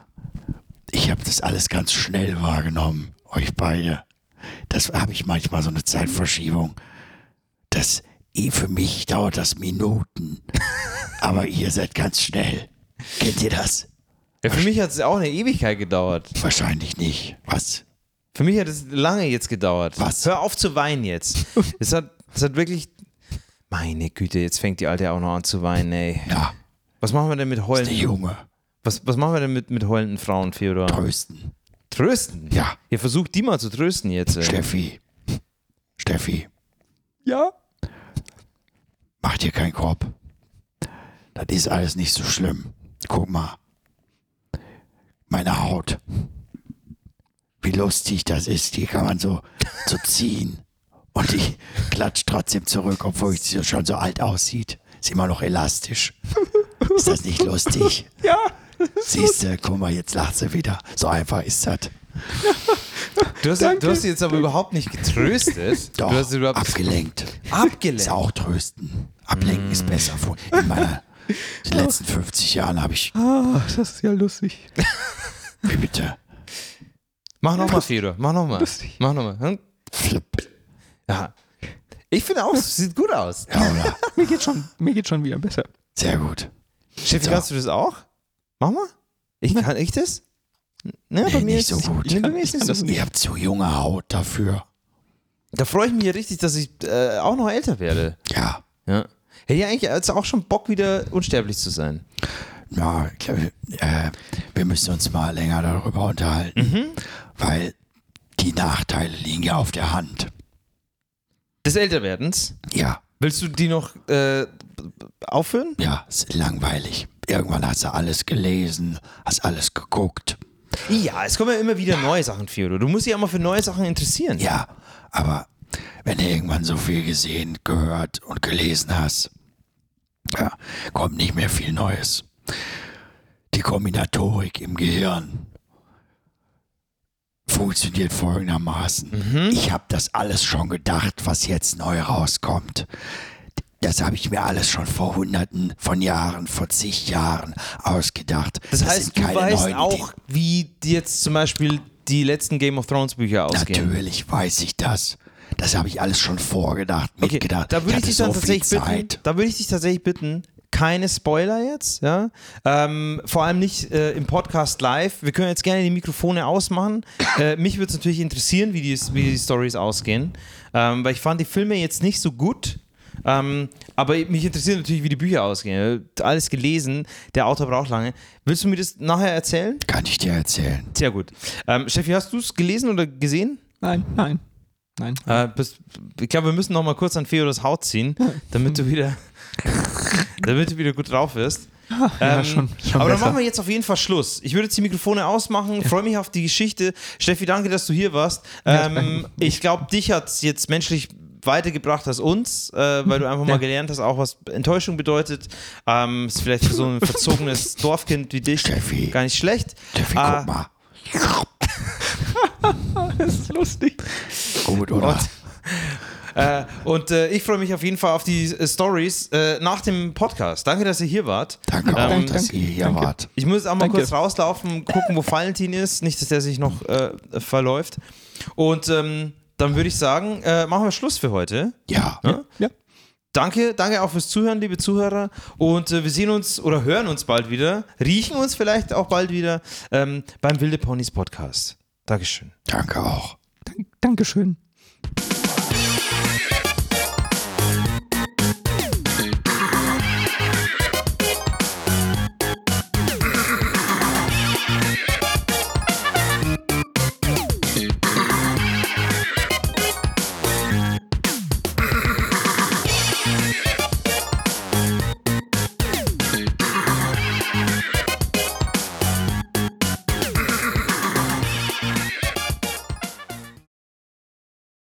Speaker 2: ich habe das alles ganz schnell wahrgenommen, euch beide. Das habe ich manchmal so eine Zeitverschiebung. Das eh für mich dauert das Minuten, aber ihr seid ganz schnell. Kennt ihr das?
Speaker 1: ja für mich hat es auch eine Ewigkeit gedauert.
Speaker 2: Wahrscheinlich nicht. Was?
Speaker 1: Für mich hat es lange jetzt gedauert.
Speaker 2: Was?
Speaker 1: Hör auf zu weinen jetzt. es, hat, es hat wirklich. Meine Güte, jetzt fängt die Alte auch noch an zu weinen, ey.
Speaker 2: Ja,
Speaker 1: Was machen wir denn mit
Speaker 2: der
Speaker 1: Heulen?
Speaker 2: Junge.
Speaker 1: Was, was machen wir denn mit, mit heulenden Frauen, Theodor?
Speaker 2: Trösten.
Speaker 1: trösten?
Speaker 2: Ja.
Speaker 1: Ihr versucht die mal zu trösten jetzt. äh. ey.
Speaker 2: Steffi, Steffi,
Speaker 3: Ja?
Speaker 2: mach dir keinen Korb. Das ist alles nicht so schlimm. Guck mal. Meine Haut. Wie lustig das ist. Die kann man so,
Speaker 1: *laughs*
Speaker 2: so ziehen. Und die klatscht trotzdem zurück, obwohl sie schon so alt aussieht. Ist immer noch elastisch. Ist das nicht
Speaker 1: *laughs*
Speaker 2: lustig?
Speaker 3: Ja.
Speaker 2: Siehst du, guck mal, jetzt lacht sie wieder. So einfach ist das.
Speaker 1: Du, hast, du hast sie jetzt aber überhaupt nicht getröstet.
Speaker 2: *laughs* Doch,
Speaker 1: du hast sie überhaupt
Speaker 2: abgelenkt.
Speaker 1: abgelenkt.
Speaker 2: Ist auch trösten. Ablenken
Speaker 1: Mm.
Speaker 2: ist besser. Vor-
Speaker 1: *laughs*
Speaker 2: In meiner in den letzten 50 Jahren habe ich.
Speaker 3: Ah, das ist ja lustig.
Speaker 2: Wie bitte?
Speaker 1: Mach nochmal, Theodor. Mach nochmal. Mach nochmal.
Speaker 2: Flip.
Speaker 1: Ja. Ich finde auch, es sieht gut aus.
Speaker 2: Ja, oder?
Speaker 3: Mir geht schon, mir geht schon wieder besser.
Speaker 2: Sehr gut.
Speaker 1: Steffi, kannst du das auch? Mach mal. Ich kann ich das? Ne,
Speaker 2: Nee, nicht so
Speaker 1: es-
Speaker 2: gut. Also,
Speaker 1: Nee, bei mir ist nicht so gut.
Speaker 2: Ihr habt so junge Haut dafür.
Speaker 1: Da freue ich mich ja richtig, dass ich äh, auch noch älter werde.
Speaker 2: Ja.
Speaker 1: Ja. Hätte ja eigentlich jetzt auch schon Bock, wieder unsterblich zu sein.
Speaker 2: Ja, ich glaub, äh, wir müssen uns mal länger darüber unterhalten.
Speaker 1: Mhm.
Speaker 2: Weil die Nachteile liegen ja auf der Hand.
Speaker 1: Des Älterwerdens.
Speaker 2: Ja,
Speaker 1: Willst du die noch äh, aufhören?
Speaker 2: ja, ist langweilig. Irgendwann hast du alles gelesen, hast alles geguckt.
Speaker 1: Ja, es kommen ja immer wieder neue Sachen, Fiodor. Du musst dich auch mal für neue Sachen interessieren.
Speaker 2: Ja, aber wenn du irgendwann so viel gesehen, gehört und gelesen hast, ja, kommt nicht mehr viel Neues. Die Kombinatorik im Gehirn funktioniert folgendermaßen.
Speaker 1: Mhm.
Speaker 2: Ich habe das alles schon gedacht, was jetzt neu rauskommt. Das habe ich mir alles schon vor Hunderten von Jahren, vor zig Jahren ausgedacht.
Speaker 1: Das heißt,
Speaker 2: sind
Speaker 1: du
Speaker 2: keine
Speaker 1: weißt
Speaker 2: neuen
Speaker 1: auch, wie jetzt zum Beispiel die letzten Game of Thrones Bücher ausgehen.
Speaker 2: Natürlich weiß ich das. Das habe ich alles schon vorgedacht,
Speaker 1: Okay,
Speaker 2: mitgedacht.
Speaker 1: da würde ich
Speaker 2: hatte
Speaker 1: dich
Speaker 2: so
Speaker 1: dann
Speaker 2: viel
Speaker 1: tatsächlich bitten.
Speaker 2: Zeit.
Speaker 1: Da würde ich dich tatsächlich bitten, keine Spoiler jetzt, ja. Ähm, vor allem nicht äh, im Podcast live. Wir können jetzt gerne die Mikrofone ausmachen. Äh, mich würde es natürlich interessieren, wie die, wie die Stories ausgehen, ähm, weil ich fand die Filme jetzt nicht so gut. Ähm, aber mich interessiert natürlich, wie die Bücher ausgehen. Äh, Alles gelesen, der Autor braucht lange. Willst du mir das nachher erzählen?
Speaker 2: Kann ich dir erzählen.
Speaker 1: Sehr gut. Ähm, Steffi, hast du es gelesen oder gesehen?
Speaker 3: Nein, nein. Nein.
Speaker 1: Äh, bis, ich glaube, wir müssen noch mal kurz an Feodors Haut ziehen, damit du
Speaker 2: *laughs*
Speaker 1: wieder, damit du wieder gut drauf bist. Ähm, aber dann machen wir jetzt auf jeden Fall Schluss. Ich würde jetzt die Mikrofone ausmachen, freue mich auf die Geschichte. Steffi, danke, dass du hier warst. Ähm, ich glaube, dich hat es jetzt menschlich weitergebracht als uns, äh, weil du einfach mal gelernt hast, auch was Enttäuschung bedeutet. Ähm, ist vielleicht für so
Speaker 2: *laughs*
Speaker 1: ein verzogenes Dorfkind wie dich
Speaker 2: Steffi.
Speaker 1: gar nicht schlecht.
Speaker 2: Steffi,
Speaker 1: Äh,
Speaker 2: guck mal.
Speaker 3: Das ist lustig.
Speaker 2: Gut, oder?
Speaker 1: Äh, und äh, ich freue mich auf jeden Fall auf die äh, Stories äh, nach dem Podcast. Danke, dass ihr hier wart.
Speaker 2: Danke auch,
Speaker 1: Ähm,
Speaker 2: dass ihr hier wart.
Speaker 1: Ich muss jetzt auch mal
Speaker 3: Danke.
Speaker 1: kurz rauslaufen, gucken, wo Valentin ist. Nicht, dass der sich noch äh, verläuft. Und ähm, dann würde ich sagen, äh, machen wir Schluss für heute.
Speaker 2: Ja.
Speaker 1: Hm?
Speaker 3: Ja.
Speaker 1: Danke, danke auch fürs Zuhören, liebe Zuhörer. Und äh, wir sehen uns oder hören uns bald wieder, riechen uns vielleicht auch bald wieder ähm, beim Wilde Ponys Podcast. Dankeschön.
Speaker 2: Danke auch.
Speaker 3: Dankeschön.